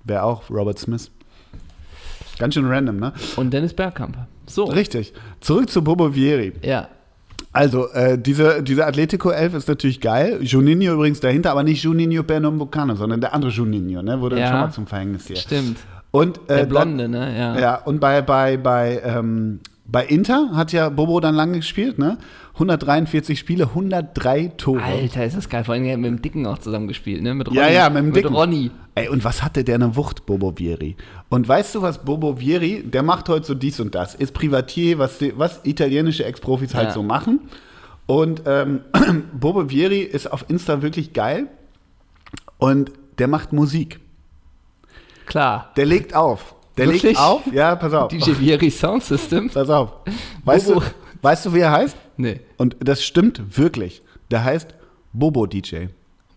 S1: Wer auch? Robert Smith. Ganz schön random, ne?
S2: Und Dennis Bergkamp. So.
S1: Richtig. Zurück zu Bobo Vieri.
S2: Ja.
S1: Also, äh, diese, diese Atletico 11 ist natürlich geil. Juninho übrigens dahinter, aber nicht Juninho Pernambucano, sondern der andere Juninho, ne? Wurde
S2: Ja.
S1: schon mal zum Verhängnis hier.
S2: Stimmt.
S1: Und, äh,
S2: Der Blonde, ne?
S1: Dann,
S2: Ja.
S1: ja, und bei, bei, bei, ähm, bei Inter hat ja Bobo dann lange gespielt, ne? 143 Spiele, 103 Tore.
S2: Alter, ist das geil. Vor allem er hat mit dem Dicken auch zusammengespielt, ne? Mit Ronny.
S1: Ja, ja, mit dem Dicken.
S2: Mit Ronny.
S1: Ey, und was hatte der eine Wucht, Bobo Vieri? Und weißt du was, Bobo Vieri, der macht heute so dies und das. Ist Privatier, was, die, was italienische Ex-Profis halt
S2: Ja.
S1: so machen. Und ähm, Bobo Vieri ist auf Insta wirklich geil. Und der macht Musik.
S2: Klar.
S1: Der legt auf. Der
S2: Wirklich?
S1: legt auf. Ja, pass auf.
S2: DJ Vieri Sound System?
S1: Pass auf. Weißt du,
S2: Bobo.
S1: weißt du, wie er heißt?
S2: Nee.
S1: Und das stimmt wirklich. Der heißt Bobo DJ.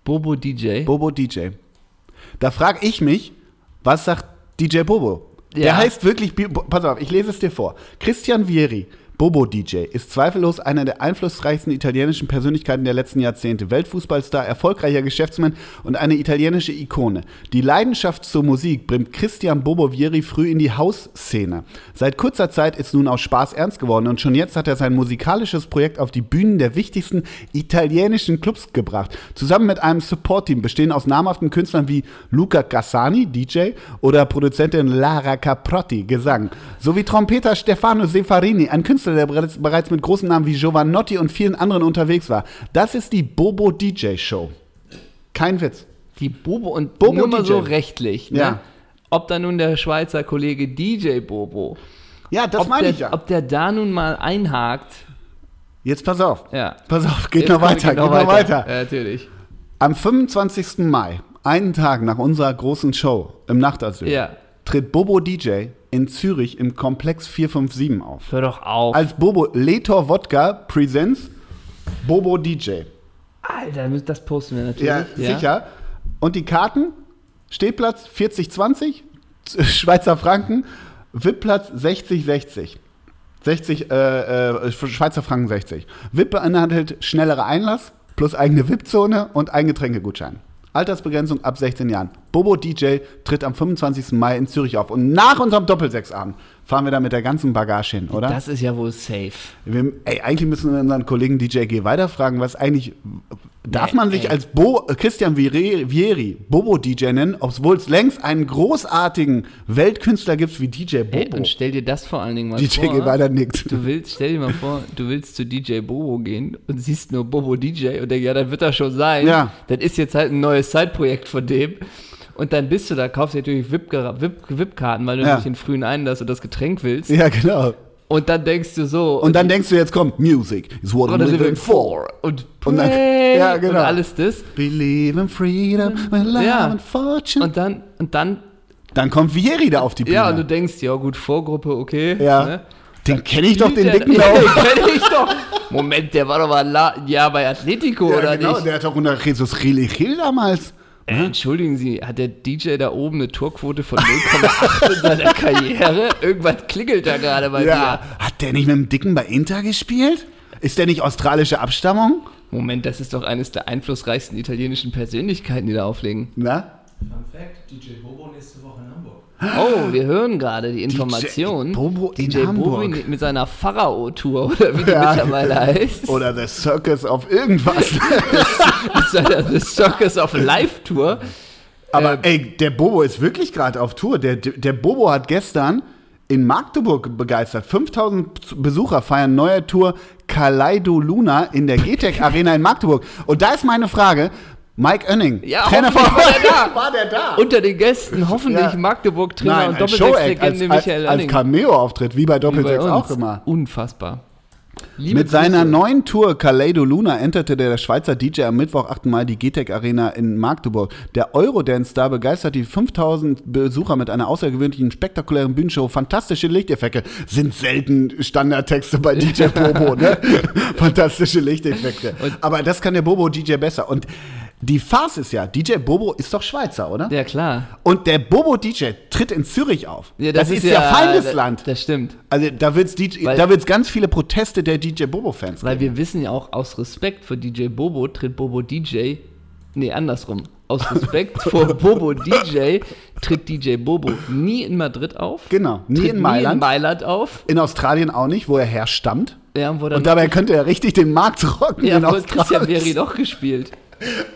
S2: Bobo DJ.
S1: Bobo DJ. Da frage ich mich, was sagt DJ Bobo? Der
S2: Ja.
S1: heißt wirklich, Bi- Bo- pass auf, ich lese es dir vor. Christian Vieri, Bobo DJ, ist zweifellos einer der einflussreichsten italienischen Persönlichkeiten der letzten Jahrzehnte. Weltfußballstar, erfolgreicher Geschäftsmann und eine italienische Ikone. Die Leidenschaft zur Musik bringt Christian Bobo Vieri früh in die Hausszene. Seit kurzer Zeit ist nun aus Spaß ernst geworden und schon jetzt hat er sein musikalisches Projekt auf die Bühnen der wichtigsten italienischen Clubs gebracht. Zusammen mit einem Support-Team bestehen aus namhaften Künstlern wie Luca Cassani, DJ, oder Produzentin Lara Caprotti, Gesang, sowie Trompeter Stefano Sefarini, ein Künstler, der bereits, bereits mit großen Namen wie Giovanotti und vielen anderen unterwegs war. Das ist die Bobo DJ Show. Kein Witz.
S2: Die Bobo und
S1: Bobo
S2: nur mal
S1: DJ.
S2: so rechtlich. Ne?
S1: Ja.
S2: Ob da nun der Schweizer Kollege DJ Bobo,
S1: Ja, das
S2: ob,
S1: meine
S2: der,
S1: ich ja.
S2: ob der da nun mal einhakt,
S1: Jetzt pass auf.
S2: ja.
S1: Pass auf, geht
S2: Jetzt
S1: noch
S2: kommt-
S1: weiter, geht
S2: noch
S1: noch weiter.
S2: Ja, natürlich.
S1: Am 25. Mai, einen Tag nach unserer großen Show im Nachtasyl,
S2: Ja.
S1: tritt Bobo DJ in Zürich im Komplex 457 auf.
S2: Hör doch auf.
S1: Als Bobo Letor Wodka Presents Bobo DJ.
S2: Alter, das posten wir natürlich.
S1: Ja, sicher. Und die Karten? Stehplatz 4020, Schweizer Franken, VIP-Platz 6060. 60, äh, äh, Schweizer Franken 60. VIP beinhaltet schnellere Einlass plus eigene VIP-Zone und ein Getränkegutschein. Altersbegrenzung ab 16 Jahren. Bobo DJ tritt am 25. Mai in Zürich auf. Und nach unserem Doppelsechsabend fahren wir da mit der ganzen Bagage hin, oder?
S2: Das ist ja wohl safe.
S1: Wir, ey, eigentlich müssen wir unseren Kollegen DJ G weiterfragen, was eigentlich. Darf
S2: Nee,
S1: man sich
S2: ey.
S1: als Bo, äh, Christian Vieri, Vieri Bobo DJ nennen, obwohl es längst einen großartigen Weltkünstler gibt wie DJ
S2: Ey,
S1: Bobo?
S2: und stell dir das vor allen Dingen mal
S1: oh. DJ
S2: vor.
S1: G weiter nickt.
S2: Du willst, stell dir mal vor, du willst zu DJ Bobo gehen und siehst nur Bobo DJ und denkst, ja, dann wird er schon sein.
S1: Ja.
S2: Dann ist jetzt halt ein neues Side-Projekt von dem. Und dann bist du da, kaufst dir natürlich VIP-Karten, VIP, VIP-Karten, weil du
S1: Ja.
S2: natürlich den frühen Einlass und das Getränk willst.
S1: Ja, genau.
S2: Und dann denkst du so.
S1: Und dann denkst du jetzt, komm, Music is what I'm
S2: What a
S1: living
S2: living
S1: for.
S2: Und,
S1: Und dann-
S2: Play
S1: Ja, genau.
S2: und alles das.
S1: Believe in freedom, in love
S2: Ja.
S1: and fortune.
S2: Und dann, und dann,
S1: dann kommt Vieri da auf die Bühne.
S2: ja, und du denkst, ja gut, Vorgruppe, okay.
S1: Ja.
S2: ne?
S1: den kenne ich doch, den
S2: Ja,
S1: dicken
S2: ja,
S1: Lauf.
S2: kenn ich doch. Moment, der war doch mal La ja, bei Atletico, oder nicht?
S1: genau. der hat doch unter Jesus Rili Gil damals.
S2: Äh, entschuldigen Sie, hat der DJ da oben eine Torquote von 0,8 in seiner Karriere? Irgendwas klingelt da gerade bei
S1: Ja.
S2: mir.
S1: Hat der nicht mit dem Dicken bei Inter gespielt? Ist der nicht australische Abstammung?
S2: Moment, das ist doch eines der einflussreichsten italienischen Persönlichkeiten, die da auflegen.
S1: Na?
S3: Fun Fact: DJ Bobo nächste Woche in Hamburg.
S2: Oh, wir hören gerade die Information.
S1: Bobo in
S2: DJ Bobo
S1: Hamburg.
S2: in- mit seiner Pharao-Tour, oder wie die
S1: Ja.
S2: mittlerweile heißt.
S1: Oder The Circus of irgendwas.
S2: mit seiner The Circus of Live-Tour. Ähm.
S1: Aber ey, der Bobo ist wirklich gerade auf Tour. Der, der Bobo hat gestern in Magdeburg begeistert. 5000 Besucher feiern neue Tour Kaleido Luna in der GTEC Arena in Magdeburg. Und da ist meine Frage. Mike Oenning,
S2: Ja,
S1: Trainer von
S2: hoffentlich war der da.
S1: War der da?
S2: Unter den Gästen hoffentlich
S1: Ja.
S2: Magdeburg-Trainer
S1: Nein,
S2: und
S1: als Showact, als,
S2: Doppelsechs-Legende
S1: als,
S2: Michael
S1: als
S2: Anning.
S1: Cameo-Auftritt, wie bei Doppelsechs auch immer.
S2: Unfassbar. Liebe
S1: Mit seiner
S2: Grüße.
S1: neuen Tour Kaleido Luna enterte der Schweizer DJ am Mittwoch, 8. Mai, die GTEC Arena in Magdeburg. Der Eurodance-Star begeistert die 5000 Besucher mit einer außergewöhnlichen, spektakulären Bühnenshow. Fantastische Lichteffekte sind selten Standardtexte bei DJ Bobo, ne? Fantastische Lichteffekte. Aber das kann der Bobo DJ besser. Und die Farce ist ja, DJ Bobo ist doch Schweizer, oder?
S2: Ja, klar.
S1: Und der Bobo DJ tritt in Zürich auf.
S2: Ja,
S1: das, ist ja, Feindesland.
S2: Das, das stimmt.
S1: Also da wird's DJ,
S2: Weil-
S1: da wird's ganz viele Proteste der DJ Bobo Fans.
S2: Weil wir wissen ja auch, aus Respekt vor DJ Bobo tritt Bobo DJ. Nee, andersrum. Aus Respekt vor Bobo DJ tritt DJ Bobo nie in Madrid auf.
S1: Genau, nie
S2: tritt
S1: in Mailand.
S2: Nie in Mailand auf.
S1: in Australien auch nicht, wo er herstammt.
S2: Ja, wo dann
S1: Und dabei könnte er richtig den Markt rocken.
S2: ja,
S1: in
S2: wo
S1: Australien.
S2: Christian Vieri doch gespielt.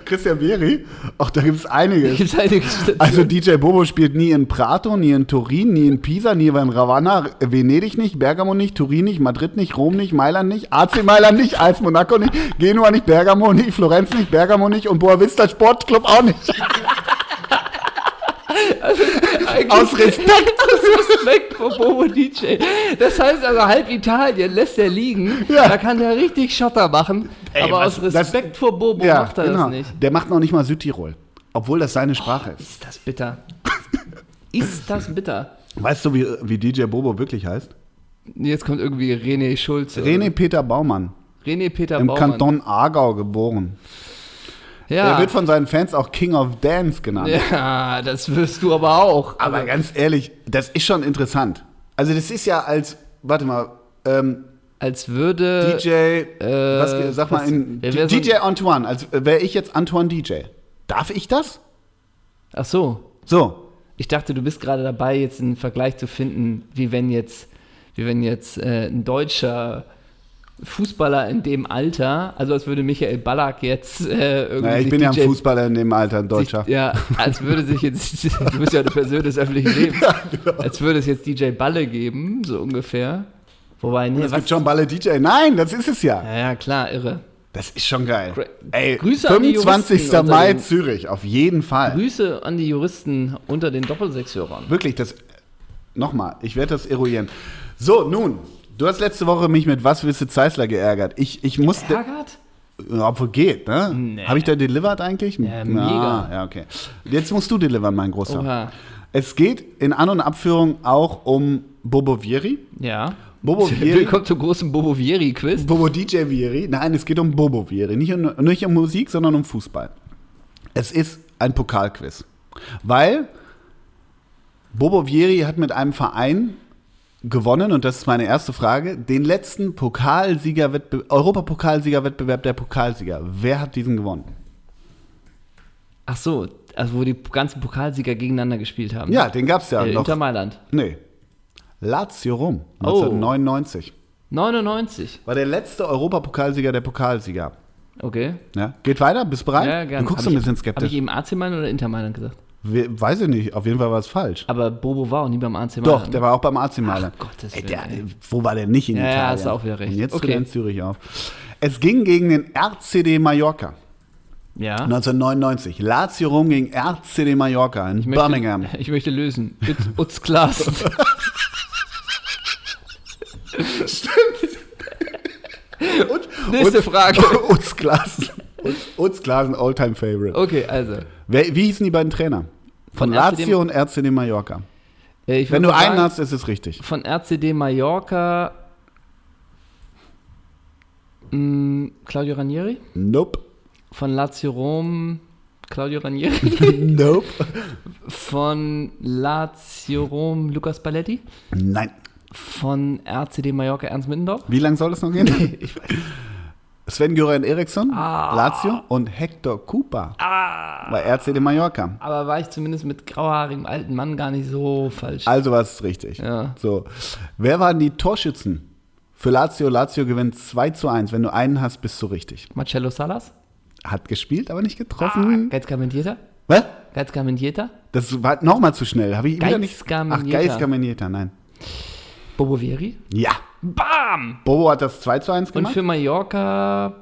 S1: Christian Vieri? Ach, da gibt's einiges.
S2: Gibt's eine Station?
S1: Also DJ Bobo spielt nie in Prato, nie in Turin, nie in Pisa, nie in Ravenna, Venedig nicht, Bergamo nicht, Turin nicht, Madrid nicht, Rom nicht, Mailand nicht, AC Mailand nicht, AS Monaco nicht, Genua nicht, Bergamo nicht, Florenz nicht, Bergamo nicht und Boavista Sportclub auch nicht.
S2: Eigentlich-
S1: Aus Respekt.
S2: Aus Respekt vor Bobo DJ. Das heißt also, halb Italien lässt er liegen.
S1: Ja.
S2: Da kann der richtig Schotter machen. aber
S1: was-
S2: aus
S1: das-
S2: Respekt vor Bobo macht er das nicht.
S1: genau. Der macht noch nicht mal Südtirol, obwohl das seine Sprache ist.
S2: Ist das bitter. Ist das bitter.
S1: Weißt du, wie, wie DJ Bobo wirklich heißt?
S2: Jetzt kommt irgendwie René Schulze.
S1: René Peter Baumann,
S2: René Peter
S1: im
S2: Baumann.
S1: Kanton Aargau geboren. Er
S2: Ja.
S1: wird von seinen Fans auch King of Dance genannt.
S2: ja, das wirst du aber auch. Also,
S1: Aber ganz ehrlich, das ist schon interessant. Also das ist ja als, warte mal, ähm,
S2: als würde
S1: DJ, was, ge- sag mal,
S2: Äh, was-
S1: in,
S2: wer wär so ein-
S1: DJ Antoine, als wäre ich jetzt Antoine DJ. Darf ich das?
S2: Ach so.
S1: So,
S2: Ich dachte, du bist gerade dabei, jetzt einen Vergleich zu finden, wie wenn jetzt, wie wenn jetzt äh, ein deutscher Fußballer in dem Alter, also als würde Michael Ballack jetzt äh, irgendwie.
S1: naja, ich
S2: sich
S1: bin ja
S2: DJ
S1: ein Fußballer in dem Alter, ein Deutscher.
S2: Sich, ja, als würde sich jetzt, du bist ja eine Person des öffentlichen Lebens,
S1: genau.
S2: als würde es jetzt DJ Balle geben, so ungefähr. Wobei, nee,
S1: es
S2: was,
S1: gibt schon Balle DJ. Nein, das ist es ja.
S2: ja, ja, klar, irre.
S1: Das ist schon geil.
S2: Gra-
S1: Ey,
S2: Grüße an die
S1: 25.
S2: Juristen unter
S1: Mai
S2: den-
S1: Zürich, auf jeden Fall.
S2: Grüße an die Juristen unter den Doppelsechshörern.
S1: Wirklich, das. Nochmal, ich werde das eruieren. So, nun, du hast letzte Woche mich mit Was wisse Zeisler geärgert. Ich, ich musste.
S2: Ärgert?
S1: Ja, Obwohl geht, ne?
S2: Nee.
S1: Habe ich da delivered eigentlich?
S2: Ja,
S1: Na,
S2: mega.
S1: Ja, okay. Jetzt musst du delivern, mein Großer.
S2: Oha.
S1: Es geht in An- und Abführung auch um Bobo Vieri.
S2: Ja.
S1: Bobo Vieri.
S2: Willkommen zum großen Bobo Vieri-Quiz.
S1: Bobo DJ Vieri. Nein, es geht um Bobo Vieri. Nicht um, nicht um Musik, sondern um Fußball. Es ist ein Pokalquiz. Weil Bobo Vieri hat mit einem Verein gewonnen, und das ist meine erste Frage, den letzten Pokalsiegerwettbe- Europapokalsiegerwettbewerb der Pokalsieger. Wer hat diesen gewonnen?
S2: Ach so, also wo die ganzen Pokalsieger gegeneinander gespielt haben.
S1: Ja, den gab es ja
S2: äh,
S1: noch.
S2: Inter Mailand.
S1: Nee. Lazio Rom,
S2: Oh.
S1: 1999.
S2: 99.
S1: War der letzte Europapokalsieger der Pokalsieger.
S2: Okay.
S1: Ja? Geht weiter, bist bereit?
S2: Ja, gerne.
S1: Du guckst
S2: Hab
S1: ein
S2: ich-
S1: bisschen
S2: Habe ich
S1: skeptisch.
S2: eben AC Mailand oder Inter Mailand gesagt?
S1: We weiß ich nicht, auf jeden Fall war es falsch.
S2: Aber Bobo war auch nie beim AC Mailand.
S1: Doch, der war auch beim AC Mailand.
S2: Ach, um Gottes
S1: Ey, der,
S2: Willen,
S1: wo war der nicht in
S2: Ja, ja,
S1: Italien?
S2: hast du auch wieder recht.
S1: Und jetzt tritt
S2: Okay.
S1: er in Zürich auf. Es ging gegen den RCD Mallorca
S2: Ja.
S1: 1999. Lazio Rom gegen RCD Mallorca in
S2: Ich möchte-
S1: Birmingham.
S2: Ich möchte lösen. Utz- Utz Klaas.
S1: Und,
S2: Nächste Frage.
S1: Utz Glasen. Utz- Utz Glasen, Alltime Favorite.
S2: Okay, also.
S1: Wer, wie hießen die beiden Trainer? Von,
S2: Von RCD
S1: Lazio und RCD Mallorca.
S2: äh, ich
S1: Wenn
S2: würd
S1: du
S2: mal
S1: einen
S2: sagen,
S1: hast, ist es richtig.
S2: Von RCD Mallorca. Mh, mm, Claudio Ranieri.
S1: Nope.
S2: Von Lazio Rom. Claudio Ranieri.
S1: nope.
S2: Von Lazio Rom. Lukas Balletti.
S1: Nein.
S2: Von RCD Mallorca. Ernst Mittendorf.
S1: Wie lange soll das noch gehen? Sven Göran Eriksson,
S2: Ah.
S1: Lazio und Hector Cooper bei RCD Mallorca.
S2: Aber war ich zumindest mit grauhaarigem alten Mann gar nicht so falsch.
S1: Also war es richtig.
S2: Ja.
S1: So. Wer waren die Torschützen für Lazio? Lazio gewinnt 2 zu 1. Wenn du einen hast, bist du richtig.
S2: Marcello Salas.
S1: Hat gespielt, aber nicht getroffen.
S2: Geiz Carmentieta.
S1: Was?
S2: Geiz Carmentieta.
S1: Das war nochmal zu schnell. Habe ich wieder
S2: Geiz
S1: nicht. Ach,
S2: Gamenieta.
S1: Geis Gamenieta, nein.
S2: Bobo Vieri.
S1: Ja.
S2: Bam!
S1: Bobo hat das 2 zu 1
S2: Und
S1: gemacht.
S2: für Mallorca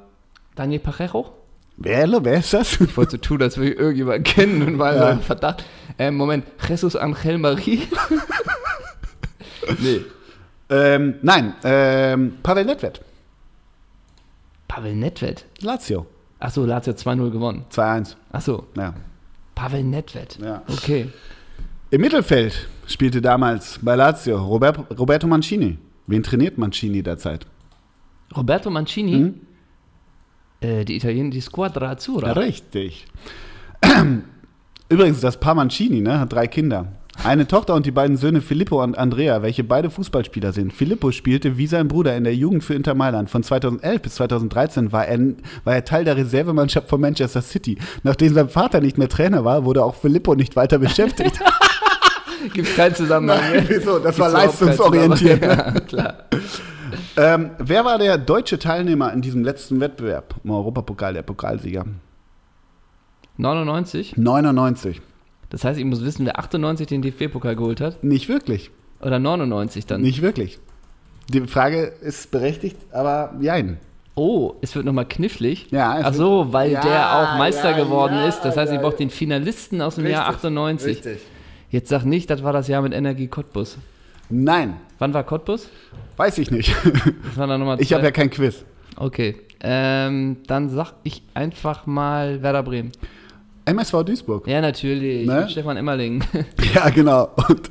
S2: Daniel Parejo.
S1: Wer, lo, wer ist das?
S2: Ich wollte so tun, als würde ich irgendjemanden kennen und war
S1: Ja.
S2: so im Verdacht. Ähm, Moment, Jesus Angel Marie. nee.
S1: ähm, nein, ähm, Pavel Nedved,
S2: Pavel Nedved.
S1: Lazio.
S2: Achso, Lazio 2-0 gewonnen.
S1: 2-1.
S2: Achso,
S1: Ja.
S2: Pavel Nedved.
S1: Ja.
S2: Okay.
S1: Im Mittelfeld spielte damals bei Lazio Robert, Roberto Mancini. Wen trainiert Mancini derzeit?
S2: Roberto Mancini.
S1: Mhm.
S2: Äh, die Italiener, die Squadra Azzurra.
S1: Richtig. Übrigens, das Paar Mancini ne, hat drei Kinder. Eine Tochter und die beiden Söhne Filippo und Andrea, welche beide Fußballspieler sind. Filippo spielte wie sein Bruder in der Jugend für Inter Mailand. Von 2011 bis 2013 war er, war er Teil der Reservemannschaft von Manchester City. Nachdem sein Vater nicht mehr Trainer war, wurde auch Filippo nicht weiter beschäftigt.
S2: Gibt's keinen Zusammenhang.
S1: Nein, wieso? Das war
S2: Gibt's überhaupt keinen
S1: leistungsorientiert. ne?
S2: Zusammenhang. ja, klar.
S1: Ähm, wer war der deutsche Teilnehmer in diesem letzten Wettbewerb im Europapokal, der Pokalsieger?
S2: 99.
S1: 99.
S2: Das heißt, ich muss wissen, wer 98 den DFB-Pokal geholt hat.
S1: Nicht wirklich.
S2: Oder 99 dann.
S1: Nicht wirklich. Die Frage ist berechtigt, aber jein.
S2: Oh, es wird nochmal knifflig.
S1: Ja, es
S2: Ach so, weil
S1: Ja,
S2: der auch Meister
S1: ja,
S2: geworden
S1: ja,
S2: ist. Das heißt,
S1: ja,
S2: ich brauche den Finalisten aus dem Jahr 98. Jetzt sag nicht, das war das Jahr mit Energie Cottbus.
S1: Nein,
S2: Wann war Cottbus?
S1: weiß ich nicht.
S2: Das war dann nochmal
S1: Ich habe ja kein Quiz.
S2: Okay. Ähm, dann sag ich einfach mal Werder Bremen.
S1: MSV Duisburg.
S2: Ja, natürlich.
S1: Ne?
S2: Mit Stefan Emmerling.
S1: Ja, genau. Und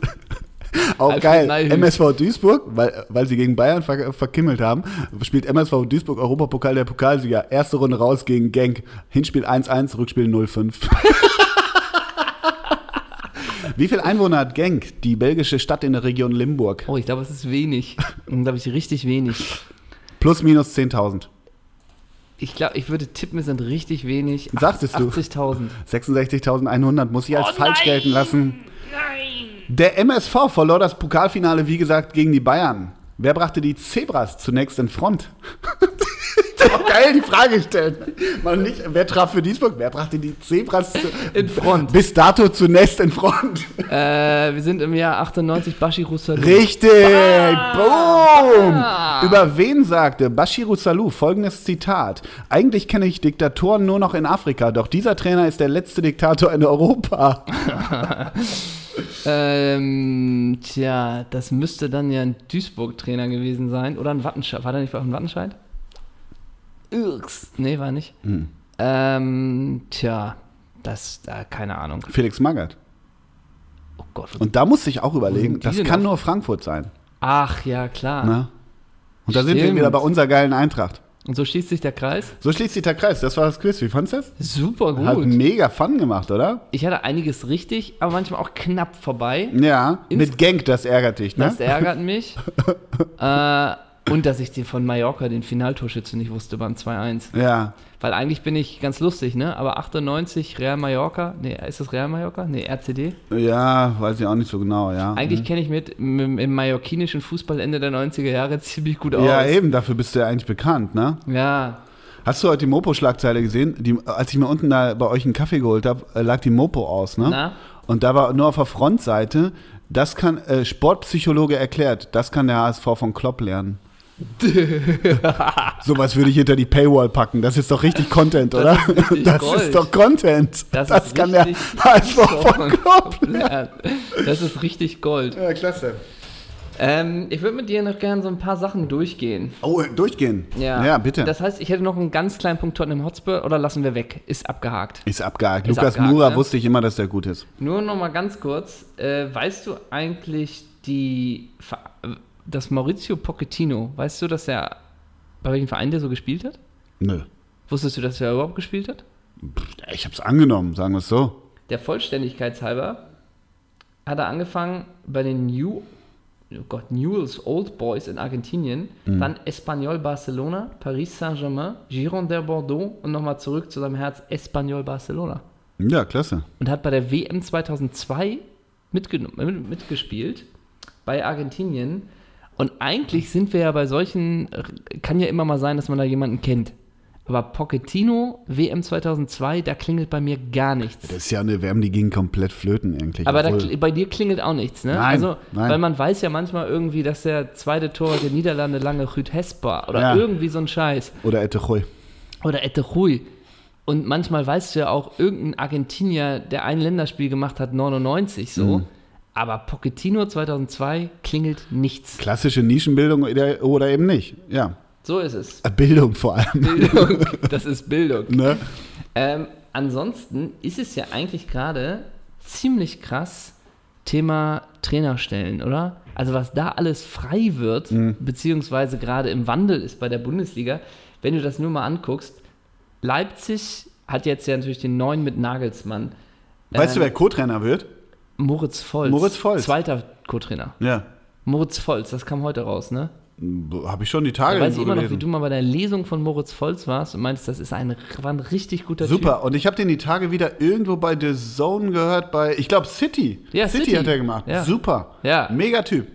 S1: Auch
S2: Alfred
S1: geil.
S2: Neihues.
S1: MSV Duisburg, weil, weil sie gegen Bayern ver verkimmelt haben, spielt MSV Duisburg Europapokal der Pokalsieger. Erste Runde raus gegen Genk. Hinspiel 1-1, Rückspiel 0-5. Wie viel Einwohner hat Genk, die belgische Stadt in der Region Limburg?
S2: Oh, ich glaube, es ist wenig. Ich glaube, ich richtig wenig.
S1: Plus minus 10.000.
S2: Ich glaube, ich würde tippen, es sind richtig wenig.
S1: Sagst es du.
S2: 80.000.
S1: 66.100 muss ich als falsch gelten lassen. Der MSV verlor das Pokalfinale, wie gesagt, gegen die Bayern. Wer brachte die Zebras zunächst in Front? Doch geil, die Frage stellen. Man nicht, wer traf für Duisburg? Wer brachte die Zebras zu,
S2: In Front.
S1: bis dato zunächst in Front?
S2: Äh, wir sind im Jahr 98, Bashiru Salih.
S1: Richtig!
S2: Ah.
S1: Boom! Über wen sagte Bashiru Salou folgendes Zitat? Eigentlich kenne ich Diktatoren nur noch in Afrika, doch dieser Trainer ist der letzte Diktator in Europa.
S2: Ähm, tja, das müsste dann ja ein Duisburg-Trainer gewesen sein. Oder ein Wattenscheid. War der nicht auch ein Wattenscheid? Irks. Nee, war nicht.
S1: Hm.
S2: Ähm, tja, das, äh, keine Ahnung.
S1: Felix Magath.
S2: Oh Gott.
S1: Und da musste ich auch überlegen,
S2: sind die
S1: das
S2: denn
S1: kann
S2: auf-
S1: nur Frankfurt sein.
S2: Ach, ja, klar.
S1: Ne? Und da sind wir
S2: Stimmt.
S1: wieder bei unserer geilen Eintracht.
S2: Und so schließt sich der Kreis.
S1: So schließt sich der Kreis. Das war das Quiz. Wie fandst du das?
S2: Super
S1: Hat
S2: gut.
S1: mega Fun gemacht, oder?
S2: Ich hatte einiges richtig, aber manchmal auch knapp vorbei.
S1: Ja.
S2: Ins-
S1: Mit Genk, das ärgert dich, ne?
S2: Das ärgert mich. äh, und dass ich den von Mallorca, den Finaltorschütze, nicht wusste beim 2-1.
S1: ja.
S2: Weil eigentlich bin ich ganz lustig, ne? Aber 98 Real Mallorca, nee, ist das Real Mallorca? Nee, RCD.
S1: Ja, weiß ich auch nicht so genau, ja.
S2: Eigentlich kenne ich mit mit- im mallorquinischen Fußball Ende der 90er Jahre ziemlich gut aus.
S1: ja, eben, dafür bist du ja eigentlich bekannt, ne?
S2: Ja,
S1: Hast du heute die Mopo-Schlagzeile gesehen? Die, als ich mir unten da bei euch einen Kaffee geholt habe, lag die Mopo aus, ne?
S2: Na?
S1: Und da war nur auf der Frontseite, das kann, äh, Sportpsychologe erklärt, das kann der HSV von Klopp lernen. Sowas würde ich hinter die Paywall packen. Das ist doch richtig Content,
S2: Das
S1: oder?
S2: ist richtig
S1: das
S2: Gold.
S1: ist doch Content.
S2: Das ist
S1: kann der
S2: richtig
S1: HSV von
S2: Gold.
S1: Klopp lernen.
S2: ja, das ist richtig Gold.
S1: Ja, klasse.
S2: Ähm, ich würde mit dir noch gerne so ein paar Sachen durchgehen.
S1: Oh, durchgehen.
S2: Ja.
S1: ja bitte.
S2: Das heißt, ich hätte noch einen ganz kleinen Punkt Tottenham Hotspur oder lassen wir weg. Ist abgehakt.
S1: ist abgehakt.
S2: Ist
S1: Lukas
S2: abgehakt,
S1: Mura
S2: ne?
S1: wusste ich immer, dass der gut ist.
S2: Nur noch mal ganz kurz, äh, weißt du eigentlich die, Ver- äh, dass Maurizio Pochettino, weißt du, dass er bei welchem Verein der so gespielt hat?
S1: Nö.
S2: Wusstest du, dass er überhaupt gespielt hat?
S1: Ich hab's angenommen, sagen wir es so.
S2: Der Vollständigkeit halber hat er angefangen bei den New, oh Gott, Newell's Old Boys in Argentinien, dann Espanyol Barcelona, Paris Saint-Germain, Girondins Bordeaux und nochmal zurück zu seinem Herz Espanyol Barcelona.
S1: Ja, klasse.
S2: und hat bei der WM 2002 mitgenommen, äh, mit, mitgespielt bei Argentinien. Und eigentlich sind wir ja bei solchen, äh, kann ja immer mal sein, dass man da jemanden kennt. Aber Pochettino, WM 2002, da klingelt bei mir gar nichts.
S1: Das ist ja eine Wärme, die ging komplett flöten eigentlich.
S2: Aber da,
S1: Obwohl-
S2: kli- bei dir klingelt auch nichts, ne?
S1: Nein,
S2: also,
S1: nein.
S2: weil man weiß ja manchmal irgendwie, dass der zweite Torwart der Niederlande lange Rüd Hesper oder
S1: Ja.
S2: irgendwie so ein Scheiß
S1: Oder Etechoi.
S2: oder Ette Rui. Und manchmal weißt du ja auch, irgendein Argentinier, der ein Länderspiel gemacht hat, 99 so. Aber Pochettino 2002 klingelt nichts.
S1: Klassische Nischenbildung oder, oder eben nicht. Ja. Äh,
S2: So ist es.
S1: Bildung vor allem.
S2: Bildung, das ist Bildung.
S1: Ne?
S2: Ähm, ansonsten ist es ja eigentlich gerade ziemlich krass, Thema Trainerstellen, oder? Also was da alles frei wird,
S1: Mhm.
S2: beziehungsweise gerade im Wandel ist bei der Bundesliga, wenn du das nur mal anguckst, Leipzig hat jetzt ja natürlich den neuen mit Nagelsmann.
S1: Weißt du,
S2: Ähm,
S1: wer Co-Trainer wird?
S2: Moritz Volz.
S1: Moritz Volz.
S2: Zweiter Co-Trainer.
S1: Ja.
S2: Moritz Volz, das kam heute raus, ne?
S1: Habe ich schon die Tage
S2: Da weiß ich
S1: so
S2: immer noch,
S1: gelesen.
S2: wie du mal bei der Lesung von Moritz Volz warst und meinst, das ist ein, war ein richtig guter
S1: Super. Und ich habe den die Tage wieder irgendwo bei The Zone gehört, bei, ich glaube, City.
S2: Ja,
S1: City.
S2: City.
S1: hat er gemacht.
S2: Ja.
S1: Super.
S2: Ja.
S1: Mega Typ.
S2: Typ.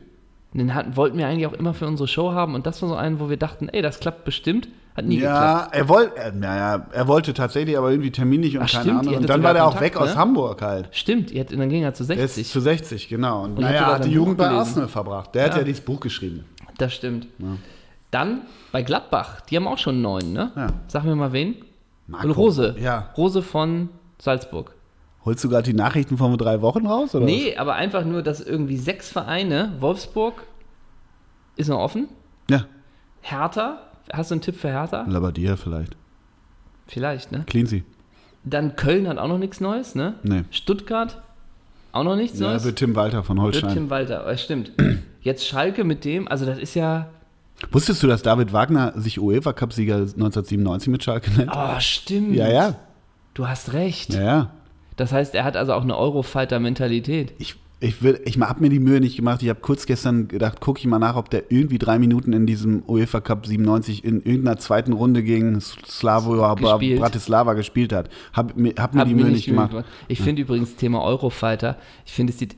S2: Den hatten, wollten wir eigentlich auch immer für unsere Show haben und das war so einen, wo wir dachten, ey, das klappt bestimmt. Hat nie geklappt.
S1: Ja, er wollte, äh, naja, er wollte tatsächlich, aber irgendwie terminlich und
S2: Ach,
S1: keine
S2: stimmt,
S1: Ahnung.
S2: ihr
S1: Und
S2: hattet
S1: dann
S2: sogar
S1: war der auch
S2: Kontakt,
S1: weg aus
S2: ne?
S1: Hamburg halt.
S2: Stimmt, ihr hättet- dann ging er zu
S1: Er ist
S2: 60.
S1: zu 60, genau. Und
S2: ich hab
S1: naja,
S2: sogar
S1: hat die
S2: sein
S1: Jugend
S2: Buch
S1: bei
S2: gelesen.
S1: Arsenal verbracht. Der hat
S2: Ja.
S1: ja dieses Buch geschrieben.
S2: Das stimmt. Dann bei Gladbach, die haben auch schon neun, ne?
S1: Ja.
S2: Sagen wir mal wen?
S1: Marco.
S2: Und Rose.
S1: Ja.
S2: Rose von Salzburg.
S1: Holst du gerade die Nachrichten von vor drei Wochen raus? Oder
S2: Nee, aber einfach nur, dass irgendwie sechs Vereine, Wolfsburg ist noch offen,
S1: was? Ja,
S2: Hertha, hast du einen Tipp für Hertha?
S1: Labadia vielleicht.
S2: Vielleicht, ne?
S1: Cleansy.
S2: Dann Köln hat auch noch nichts Neues, ne?
S1: Nee.
S2: Stuttgart, Auch noch nichts
S1: Ja,
S2: Neues?
S1: wird Tim Walter von
S2: Wird
S1: Holstein.
S2: Tim Walter, aber stimmt. Jetzt Schalke mit dem, also das ist ja.
S1: Wusstest du, dass David Wagner sich UEFA-Cup-Sieger 1997 mit Schalke nennt?
S2: Oh, stimmt.
S1: Ja, ja,
S2: Du hast recht.
S1: ja, ja.
S2: Das heißt, er hat also auch eine Eurofighter-Mentalität.
S1: Ich, ich, will- ich habe mir die Mühe nicht gemacht. Ich habe kurz gestern gedacht, gucke ich mal nach, ob der irgendwie drei Minuten in diesem UEFA Cup 97 in irgendeiner zweiten Runde gegen Slavoja
S2: Gespielt.
S1: Bratislava gespielt hat. Hab, mir- hab mir
S2: Hab
S1: die
S2: mir
S1: Mühe nicht
S2: nicht die Mühe
S1: gemacht.
S2: gemacht. Ich finde übrigens Thema Eurofighter, ich finde, es sieht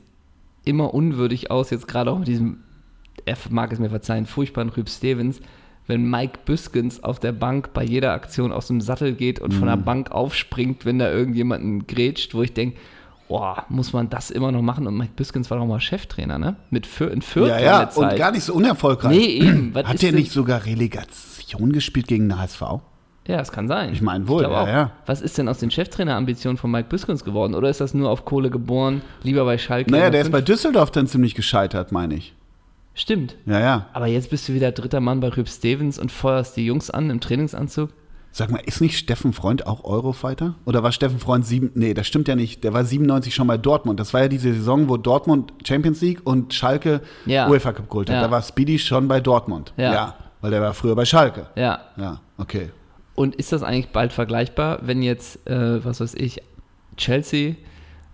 S2: immer unwürdig aus, jetzt gerade auch mit diesem, er mag es mir verzeihen, furchtbaren Rüb Stevens, wenn Mike Büskens auf der Bank bei jeder Aktion aus dem Sattel geht und von der
S1: Mhm.
S2: Bank aufspringt, wenn da irgendjemanden grätscht, wo ich denke, boah, muss man das immer noch machen? Und Mike Büskens war doch mal Cheftrainer, ne? Mit Für in Fürth
S1: Ja,
S2: war
S1: ja,
S2: eine Zeit.
S1: und gar nicht so unerfolgreich.
S2: Nee, eben. Was
S1: hat
S2: ist
S1: der
S2: denn-
S1: nicht sogar Relegation gespielt gegen den HSV?
S2: Ja, das kann sein.
S1: Ich meine wohl,
S2: glaube
S1: ja,
S2: auch.
S1: ja.
S2: Was ist denn aus den Cheftrainerambitionen von Mike Büskens geworden? Oder ist das nur auf Kohle geboren, lieber bei Schalke?
S1: Naja,
S2: in
S1: der ist bei
S2: fünf-
S1: Düsseldorf dann ziemlich gescheitert, meine ich.
S2: Stimmt.
S1: Ja, ja.
S2: Aber jetzt bist du wieder dritter Mann bei Rüb Stevens und feuerst die Jungs an im Trainingsanzug.
S1: Sag mal, ist nicht Steffen Freund auch Eurofighter? Oder war Steffen Freund sieben? Nee, das stimmt ja nicht. Der war 97 schon bei Dortmund. Das war ja diese Saison, wo Dortmund Champions League und Schalke
S2: Ja.
S1: UEFA Cup geholt hat.
S2: Ja.
S1: Da war Speedy schon bei Dortmund.
S2: Ja.
S1: Weil der war früher bei Schalke.
S2: Ja.
S1: Ja, okay.
S2: Und ist das eigentlich bald vergleichbar, wenn jetzt, äh, was weiß ich, Chelsea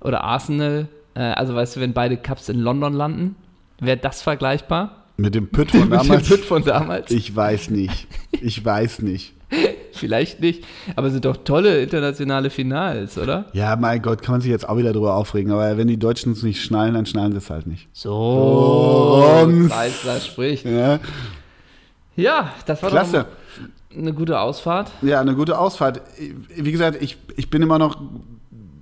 S2: oder Arsenal, äh, also weißt du, wenn beide Cups in London landen, wäre das vergleichbar
S1: Mit dem Pütt von
S2: mit dem
S1: damals?
S2: Pütt von damals?
S1: Ich weiß nicht. Ich weiß nicht.
S2: Vielleicht nicht, aber sind doch tolle internationale Finals, oder?
S1: Ja, mein Gott, kann man sich jetzt auch wieder drüber aufregen. Aber wenn die Deutschen es nicht schnallen, dann schnallen sie es halt nicht.
S2: So,
S1: Ums.
S2: Meister spricht.
S1: Ja,
S2: Ja, das war
S1: klasse.
S2: doch eine gute Ausfahrt.
S1: Ja, eine gute Ausfahrt. Wie gesagt, ich, ich bin immer noch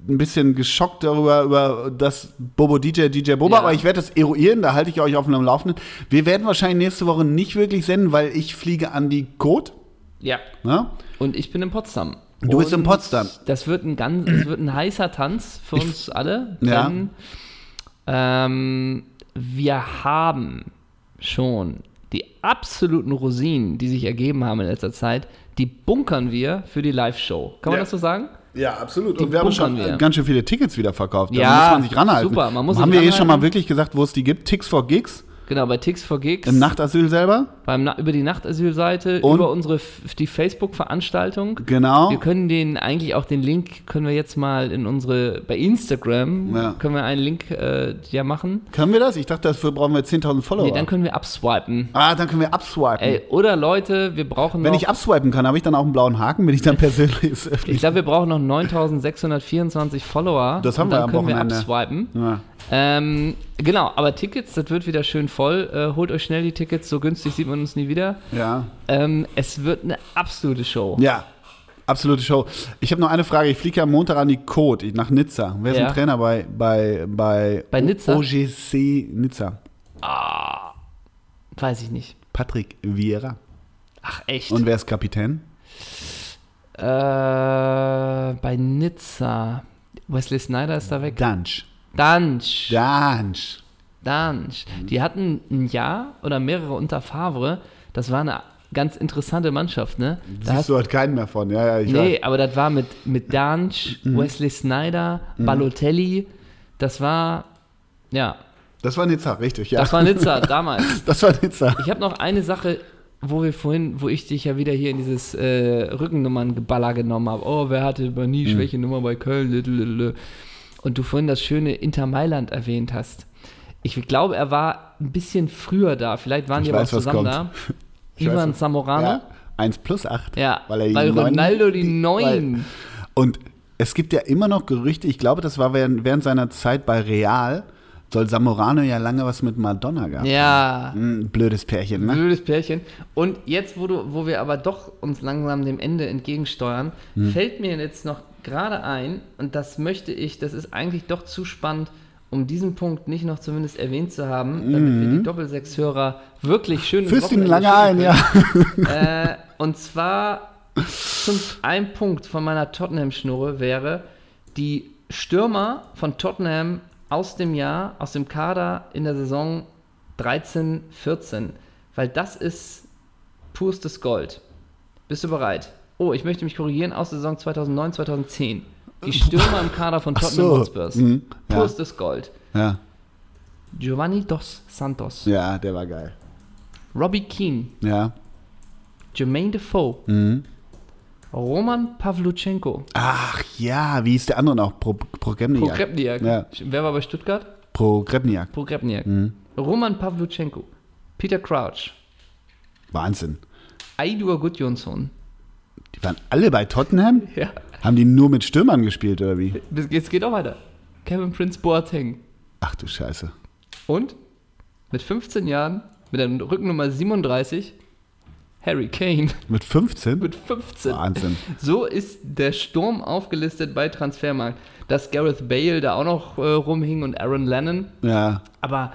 S1: ein bisschen geschockt darüber, über das Bobo DJ, DJ Bobo,
S2: Ja.
S1: aber ich werde das eruieren, da halte ich euch auf dem Laufenden. Wir werden wahrscheinlich nächste Woche nicht wirklich senden, weil ich fliege an die Kot.
S2: Ja.
S1: Ne?
S2: Und ich bin in Potsdam.
S1: Du bist in
S2: Und
S1: Potsdam.
S2: Das wird ein ganz, es wird ein heißer Tanz für uns alle.
S1: Ja.
S2: Denn, ähm, wir haben schon die absoluten Rosinen, die sich ergeben haben in letzter Zeit, die bunkern wir für die Live-Show. Kann man
S1: Ja.
S2: das so sagen?
S1: Ja, absolut.
S2: Die
S1: Und wir haben
S2: bunkern
S1: schon
S2: wir.
S1: ganz schön viele Tickets wieder verkauft.
S2: Ja,
S1: da muss man sich ranhalten.
S2: super, man muss
S1: haben
S2: sich
S1: wir eh schon mal
S2: ranhalten.
S1: wirklich gesagt, wo es die gibt? Ticks for Gigs
S2: Genau, bei Ticks for Gigs,
S1: im Nachtasyl selber.
S2: beim Na über die Nachtasylseite,
S1: Und?
S2: über unsere F die Facebook-Veranstaltung.
S1: Genau.
S2: Wir können den eigentlich auch den Link können wir jetzt mal in unsere bei Instagram
S1: Ja.
S2: können wir einen Link äh, ja machen.
S1: Können wir das? Ich dachte, dafür brauchen wir 10.000 Follower.
S2: Nee, dann können wir abswipen.
S1: ah, dann können wir abswipen.
S2: Ey, oder Leute, wir brauchen
S1: Wenn
S2: noch
S1: ich abswipen kann, habe ich dann auch einen blauen Haken, bin ich dann persönlich
S2: ich glaube, wir brauchen noch 9624 Follower.
S1: Das haben
S2: und
S1: wir
S2: dann
S1: am
S2: können
S1: Wochenende.
S2: wir abswipen.
S1: Ja.
S2: Ähm, genau, aber Tickets, das wird wieder schön voll. Äh, holt euch schnell die Tickets, so günstig sieht man uns nie wieder.
S1: ja.
S2: Ähm, es wird eine absolute Show.
S1: Ja. Absolute Show. Ich habe noch eine Frage. Ich fliege ja am Montag an die Côte ich- nach Nizza. Wer ist
S2: Ja.
S1: ein Trainer bei, bei, bei,
S2: Bei Nizza?
S1: OGC Nizza?
S2: Weiß ich nicht.
S1: Patrick Vieira.
S2: Ach echt?
S1: Und wer ist Kapitän?
S2: äh, bei Nizza. Wesley Snyder ist da weg.
S1: Dansch.
S2: Dansch.
S1: Dansch.
S2: Dansch.
S1: Mhm.
S2: Die hatten ein Jahr oder mehrere unter Favre. Das war eine ganz interessante Mannschaft, ne? Da
S1: Siehst
S2: hast,
S1: du halt keinen mehr von. Ja, ja, ich
S2: nee,
S1: weiß. Mhm.
S2: aber das war mit, mit Dansch, Wesley Snyder, Balotelli. Das war, ja,
S1: Das war Nizza, richtig. Ja.
S2: das war Nizza damals.
S1: das war Nizza.
S2: Ich habe noch eine Sache, wo wir vorhin, wo ich dich ja wieder hier in dieses äh, Rückennummerngeballer genommen habe. Oh, wer hatte bei
S1: Hm.
S2: Nisch, welche Nummer bei Köln? Lüdelüdelü. Und du vorhin das schöne Inter Mailand erwähnt hast. Ich glaube, er war ein bisschen früher da. Vielleicht waren
S1: Ich
S2: die aber auch
S1: weiß, was
S2: zusammen da.
S1: kommt. Ich weiß,
S2: Ivan
S1: was-
S2: Zamorano.
S1: Ja. 1 plus 8.
S2: Ja,
S1: weil, er die
S2: weil
S1: Neun-
S2: Ronaldo die
S1: weil-
S2: Neun.
S1: Und es gibt ja immer noch Gerüchte, ich glaube, das war während, während seiner Zeit bei Real, soll Samorano ja lange was mit Madonna gehabt.
S2: Ja,
S1: Hm, blödes Pärchen, ne?
S2: blödes Pärchen. Und jetzt, wo, du, wo wir aber doch uns langsam dem Ende entgegensteuern,
S1: Hm.
S2: fällt mir jetzt noch gerade ein, und das möchte ich, das ist eigentlich doch zu spannend, um diesen Punkt nicht noch zumindest erwähnt zu haben, damit wir die Doppelsechs-Hörer wirklich schön ins
S1: Hm. Führst ihn
S2: Wochenende
S1: lange
S2: schicken
S1: ein,
S2: können.
S1: ja.
S2: Äh, und zwar zum, ein Punkt von meiner Tottenham-Schnurre wäre, die Stürmer von Tottenham aus dem Jahr, aus dem Kader in der Saison 13, 14. Weil das ist purstes Gold. Bist du bereit? Oh, ich möchte mich korrigieren, aus der Saison 2009, 2010. Die Stürmer im Kader von
S1: Ach
S2: Tottenham
S1: so.
S2: Hotspurs.
S1: Mhm, ja.
S2: Pures des Gold.
S1: Ja.
S2: Giovanni Dos Santos.
S1: ja, der war geil.
S2: Robbie Keane.
S1: Ja.
S2: Jermaine Defoe.
S1: Mhm.
S2: Roman Pavluchenko.
S1: Ach ja, wie ist der andere noch? Pro, Pro
S2: Pro
S1: Grebniak.
S2: Grebniak.
S1: Ja. Mhm.
S2: Wer war bei Stuttgart?
S1: Pro Grebniak.
S2: Pro Grebniak. Roman Pavluchenko. Peter Crouch.
S1: Wahnsinn.
S2: Aidur Gudjonsson.
S1: Die waren alle bei Tottenham?
S2: Ja,
S1: Haben die nur mit Stürmern gespielt oder wie?
S2: bis- jetzt geht auch weiter. Kevin Prince Boateng.
S1: Ach du Scheiße.
S2: Und mit 15 Jahren, mit der Rückennummer 37, Harry Kane
S1: Mit 15?
S2: mit 15.
S1: Wahnsinn.
S2: So ist der Sturm aufgelistet bei Transfermarkt. Dass Gareth Bale da auch noch äh, rumhing und Aaron Lennon.
S1: Ja,
S2: Aber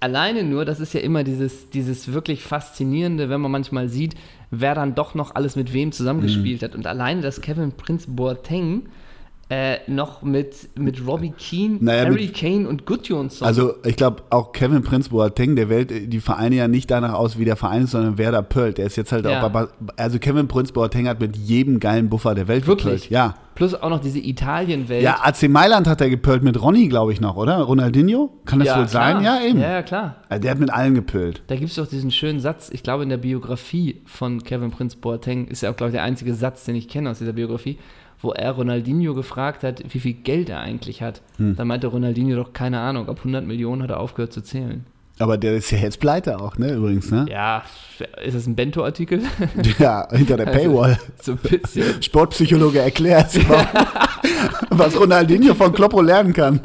S2: alleine nur, das ist ja immer dieses, dieses wirklich Faszinierende, wenn man manchmal sieht, wer dann doch noch alles mit wem zusammengespielt
S1: Mhm.
S2: hat. Und alleine, dass Kevin Prince Boateng äh, noch mit, mit Robbie Keane,
S1: Naja,
S2: Harry
S1: mit-
S2: Kane und Gudjonsson.
S1: also ich glaube auch Kevin Prince Boateng, der wählt die Vereine ja nicht danach aus, wie der Verein ist, sondern wer da pölt. Der ist jetzt halt
S2: Ja.
S1: auch bei, Bas- also Kevin Prince Boateng hat mit jedem geilen Buffer der Welt
S2: Wirklich?
S1: gepölt. Ja.
S2: Plus auch noch diese Italien-Welt.
S1: Ja, AC Mailand hat er gepölt mit Ronny, glaube ich noch, oder? Ronaldinho? Kann das
S2: Ja,
S1: wohl sein?
S2: klar.
S1: Ja, eben.
S2: Ja, ja, klar.
S1: Also Der hat mit allen gepölt.
S2: Da gibt es doch diesen schönen Satz, ich glaube in der Biografie von Kevin Prince Boateng, ist ja auch, glaube ich, der einzige Satz, den ich kenne aus dieser Biografie, wo er Ronaldinho gefragt hat, wie viel Geld er eigentlich hat.
S1: Hm.
S2: Da meinte Ronaldinho doch, keine Ahnung, ab 100 Millionen hat er aufgehört zu zählen.
S1: Aber der ist ja jetzt pleite auch, ne? Übrigens, ne?
S2: Ja, ist das ein Bento-Artikel?
S1: Ja, hinter
S2: Also
S1: der Paywall.
S2: so ein bisschen.
S1: Sportpsychologe erklärt, was Ronaldinho von Kloppo lernen kann.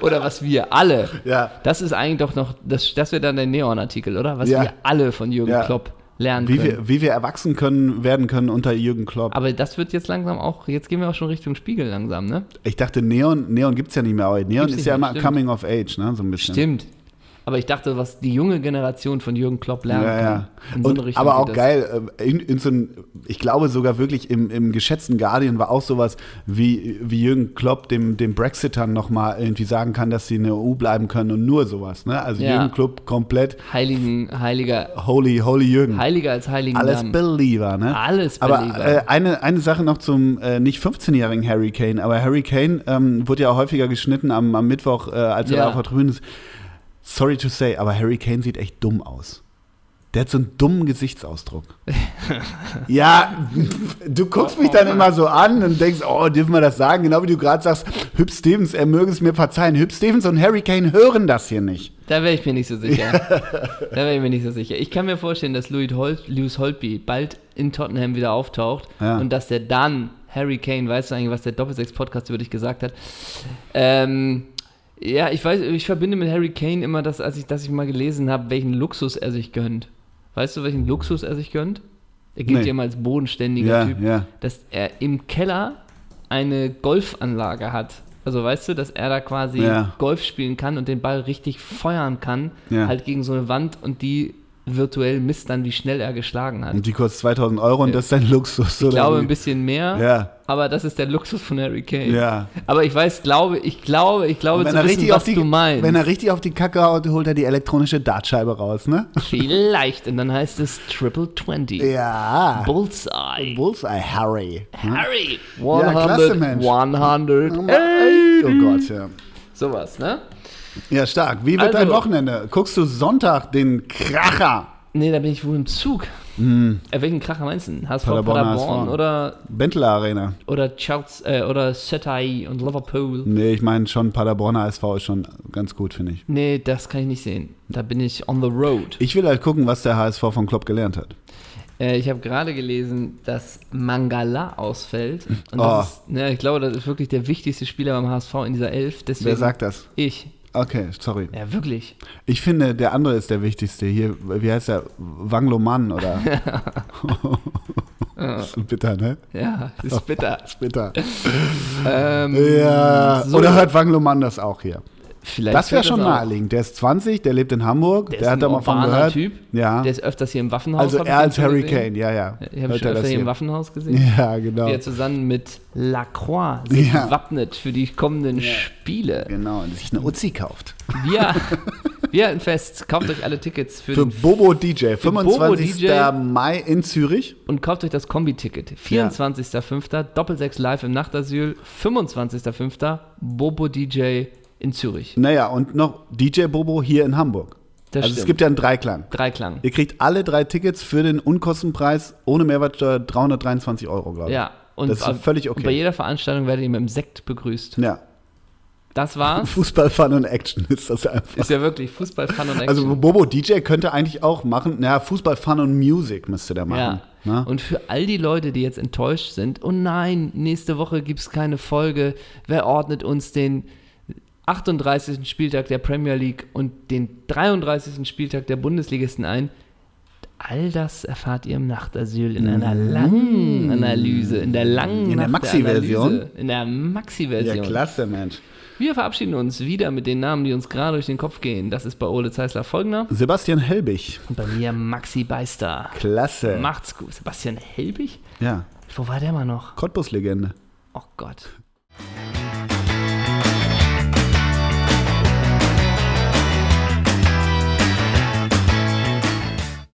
S2: Oder was wir alle.
S1: Ja.
S2: Das ist eigentlich doch noch, das, das wäre dann der Neon-Artikel, oder? Was
S1: Ja.
S2: wir alle von Jürgen
S1: Ja.
S2: Klopp lernen
S1: Wie
S2: können.
S1: wir, wie wir erwachsen können, werden können unter Jürgen Klopp.
S2: Aber das wird jetzt langsam auch, jetzt gehen wir auch schon Richtung Spiegel langsam, ne?
S1: Ich dachte, Neon, Neon gibt es ja nicht mehr. Aber Neon
S2: Gibt's
S1: ist
S2: nicht
S1: ja
S2: mehr,
S1: immer
S2: stimmt.
S1: Coming of Age, ne? So ein bisschen.
S2: Stimmt. Aber ich dachte, was die junge Generation von Jürgen Klopp lernen
S1: Ja, ja.
S2: kann. In so
S1: Und,
S2: eine Richtung
S1: aber auch
S2: geht das.
S1: geil, äh, in, in so ein, ich glaube sogar wirklich im, im geschätzten Guardian war auch sowas, wie, wie Jürgen Klopp dem, dem Brexitern nochmal irgendwie sagen kann, dass sie in der EU bleiben können und nur sowas. Ne? Also
S2: Ja.
S1: Jürgen Klopp komplett
S2: Heiligen, heiliger,
S1: holy, holy Jürgen.
S2: heiliger als heiligen Ah,
S1: Alles
S2: Namen.
S1: Believer, ne?
S2: Alles
S1: Aber
S2: Belieber.
S1: äh, eine, eine Sache noch zum äh, nicht 15-jährigen Harry Kane, aber Harry Kane ähm, wurde ja häufiger geschnitten am, am Mittwoch, äh, als er
S2: Ja.
S1: da auf der Tribüne ist. Sorry to say, aber Harry Kane sieht echt dumm aus. Der hat so einen dummen Gesichtsausdruck. ja, du guckst mich dann immer so an und denkst, oh, dürfen wir das sagen? Genau wie du gerade sagst, Hüb Stevens, er möge es mir verzeihen. Hüb Stevens und Harry Kane hören das hier nicht.
S2: Da wäre ich mir nicht so sicher. da wäre ich mir nicht so sicher. Ich kann mir vorstellen, dass Louis, Hol Lewis Holtby bald in Tottenham wieder auftaucht
S1: Ja.
S2: und dass der dann, Harry Kane, weißt du eigentlich, was der Doppelsechs-Podcast über dich gesagt hat? Ähm, ja, ich weiß, ich verbinde mit Harry Kane immer das, als ich, dass ich mal gelesen habe, welchen Luxus er sich gönnt. Weißt du, welchen Luxus er sich gönnt? Er gilt
S1: Nee.
S2: ja immer als bodenständiger
S1: ja,
S2: Typ
S1: ja.
S2: dass er im Keller eine Golfanlage hat. Also weißt du, dass er da quasi
S1: Ja.
S2: Golf spielen kann und den Ball richtig feuern kann,
S1: Ja.
S2: halt gegen so eine Wand und die virtuell misst dann, wie schnell er geschlagen hat.
S1: Und die kostet 2000 Euro und das ist dein Luxus.
S2: Ich glaube ein bisschen mehr,
S1: Ja,
S2: aber das ist der Luxus von Harry Kane.
S1: ja.
S2: Aber ich weiß, glaube, ich glaube, ich glaube zu wissen, was
S1: die,
S2: du meinst.
S1: Wenn er richtig auf die Kacke haut, holt er die elektronische Dartscheibe raus, ne?
S2: Vielleicht. Und dann heißt es Triple 20.
S1: Ja.
S2: Bullseye.
S1: Bullseye Harry.
S2: Harry.
S1: Ja,
S2: 100,
S1: klasse, Mensch.
S2: 100.
S1: Oh Gott, ja.
S2: Sowas, ne?
S1: Ja, stark. Wie wird
S2: Also-
S1: dein Wochenende? Guckst du Sonntag den Kracher?
S2: Nee, da bin ich wohl im Zug. Äh, welchen Kracher meinst du? denn? HSV
S1: Hm. Paderborn,
S2: Paderborn,
S1: HSV.
S2: oder,
S1: Bentley Arena.
S2: oder Charles äh, oder Setai und Liverpool?
S1: Nee, ich meine schon Paderborner SV ist schon ganz gut, finde ich.
S2: Nee, das kann ich nicht sehen. Da bin ich on the road.
S1: Ich will halt gucken, was der HSV von Klopp gelernt hat.
S2: Äh, ich habe gerade gelesen, dass Mangala ausfällt. Und
S1: Oh.
S2: das ist, ne, ich glaube, das ist wirklich der wichtigste Spieler beim HSV in dieser Elf. Deswegen
S1: Wer sagt das?
S2: Ich.
S1: Okay, sorry.
S2: Ja, wirklich.
S1: Ich finde, der andere ist der wichtigste. Hier, wie heißt der? Wangloman oder? das ist bitter, ne?
S2: Ja, das ist bitter.
S1: Das ist bitter.
S2: ähm,
S1: Ja,
S2: so.
S1: oder hört Wangloman das auch hier?
S2: Vielleicht
S1: Das wäre
S2: hört
S1: schon
S2: auch.
S1: naheliegend. Der ist 20, der lebt in Hamburg, der,
S2: Der ist
S1: hat
S2: ein
S1: da mal von
S2: urbaner
S1: gehört.
S2: Typ.
S1: Ja,
S2: Der ist öfters hier im Waffenhaus.
S1: ne? also
S2: hab ich
S1: er
S2: ihn
S1: als
S2: schon
S1: Harry
S2: gesehen.
S1: Kane, ja, ja.
S2: Ich habe
S1: Hört
S2: schon
S1: er
S2: öfter
S1: das
S2: hier im
S1: hier?
S2: Waffenhaus gesehen.
S1: Ja, genau.
S2: der zusammen mit Lacroix sich
S1: Ja.
S2: wappnet für die kommenden Spiele.
S1: Genau, und sich eine Uzi kauft.
S2: Wir, Ja, ein Fest. Kauft euch alle Tickets für,
S1: Für
S2: den F-
S1: Bobo DJ, 25.
S2: Bobo
S1: Mai in Zürich.
S2: und kauft euch das Kombi-Ticket. 24.05. Doppelsechs live im Nachtasyl. 25.05. Bobo DJ in Zürich.
S1: Naja, und noch DJ Bobo hier in Hamburg.
S2: Das
S1: also es
S2: stimmt.
S1: gibt ja einen Dreiklang.
S2: Dreiklang.
S1: Ihr kriegt alle drei Tickets für den Unkostenpreis ohne Mehrwertsteuer 323 Euro, glaube ich.
S2: Ja. Und
S1: Das ist
S2: auf-
S1: völlig okay.
S2: Bei jeder Veranstaltung werdet ihr mit dem Sekt begrüßt.
S1: Ja.
S2: Das war's.
S1: Fußball, Fun und Action ist das einfach.
S2: Ist ja wirklich Fußball, Fun und Action.
S1: Also Bobo DJ könnte eigentlich auch machen, naja, Fußball, Fun und Music müsste der machen. ne? Na?
S2: Ja. Und für all die Leute, die jetzt enttäuscht sind, oh nein, nächste Woche gibt es keine Folge, wer ordnet uns den 38. Spieltag der Premier League und den 33. Spieltag der Bundesligisten ein? All das erfahrt ihr im Nachtasyl in einer langen Analyse, in der langen
S1: Mhm. In der
S2: Nacht
S1: Maxi-Version?
S2: Analyse, In der Maxi-Version.
S1: ja, klasse, Mensch.
S2: Wir verabschieden uns wieder mit den Namen, die uns gerade durch den Kopf gehen. Das ist bei Ole Zeisler Folgner
S1: Sebastian Helbig,
S2: und bei mir Maxi Beister.
S1: klasse.
S2: Macht's gut. Sebastian Helbig?
S1: ja,
S2: Wo war der mal noch?
S1: Cottbus-Legende.
S2: Oh Gott.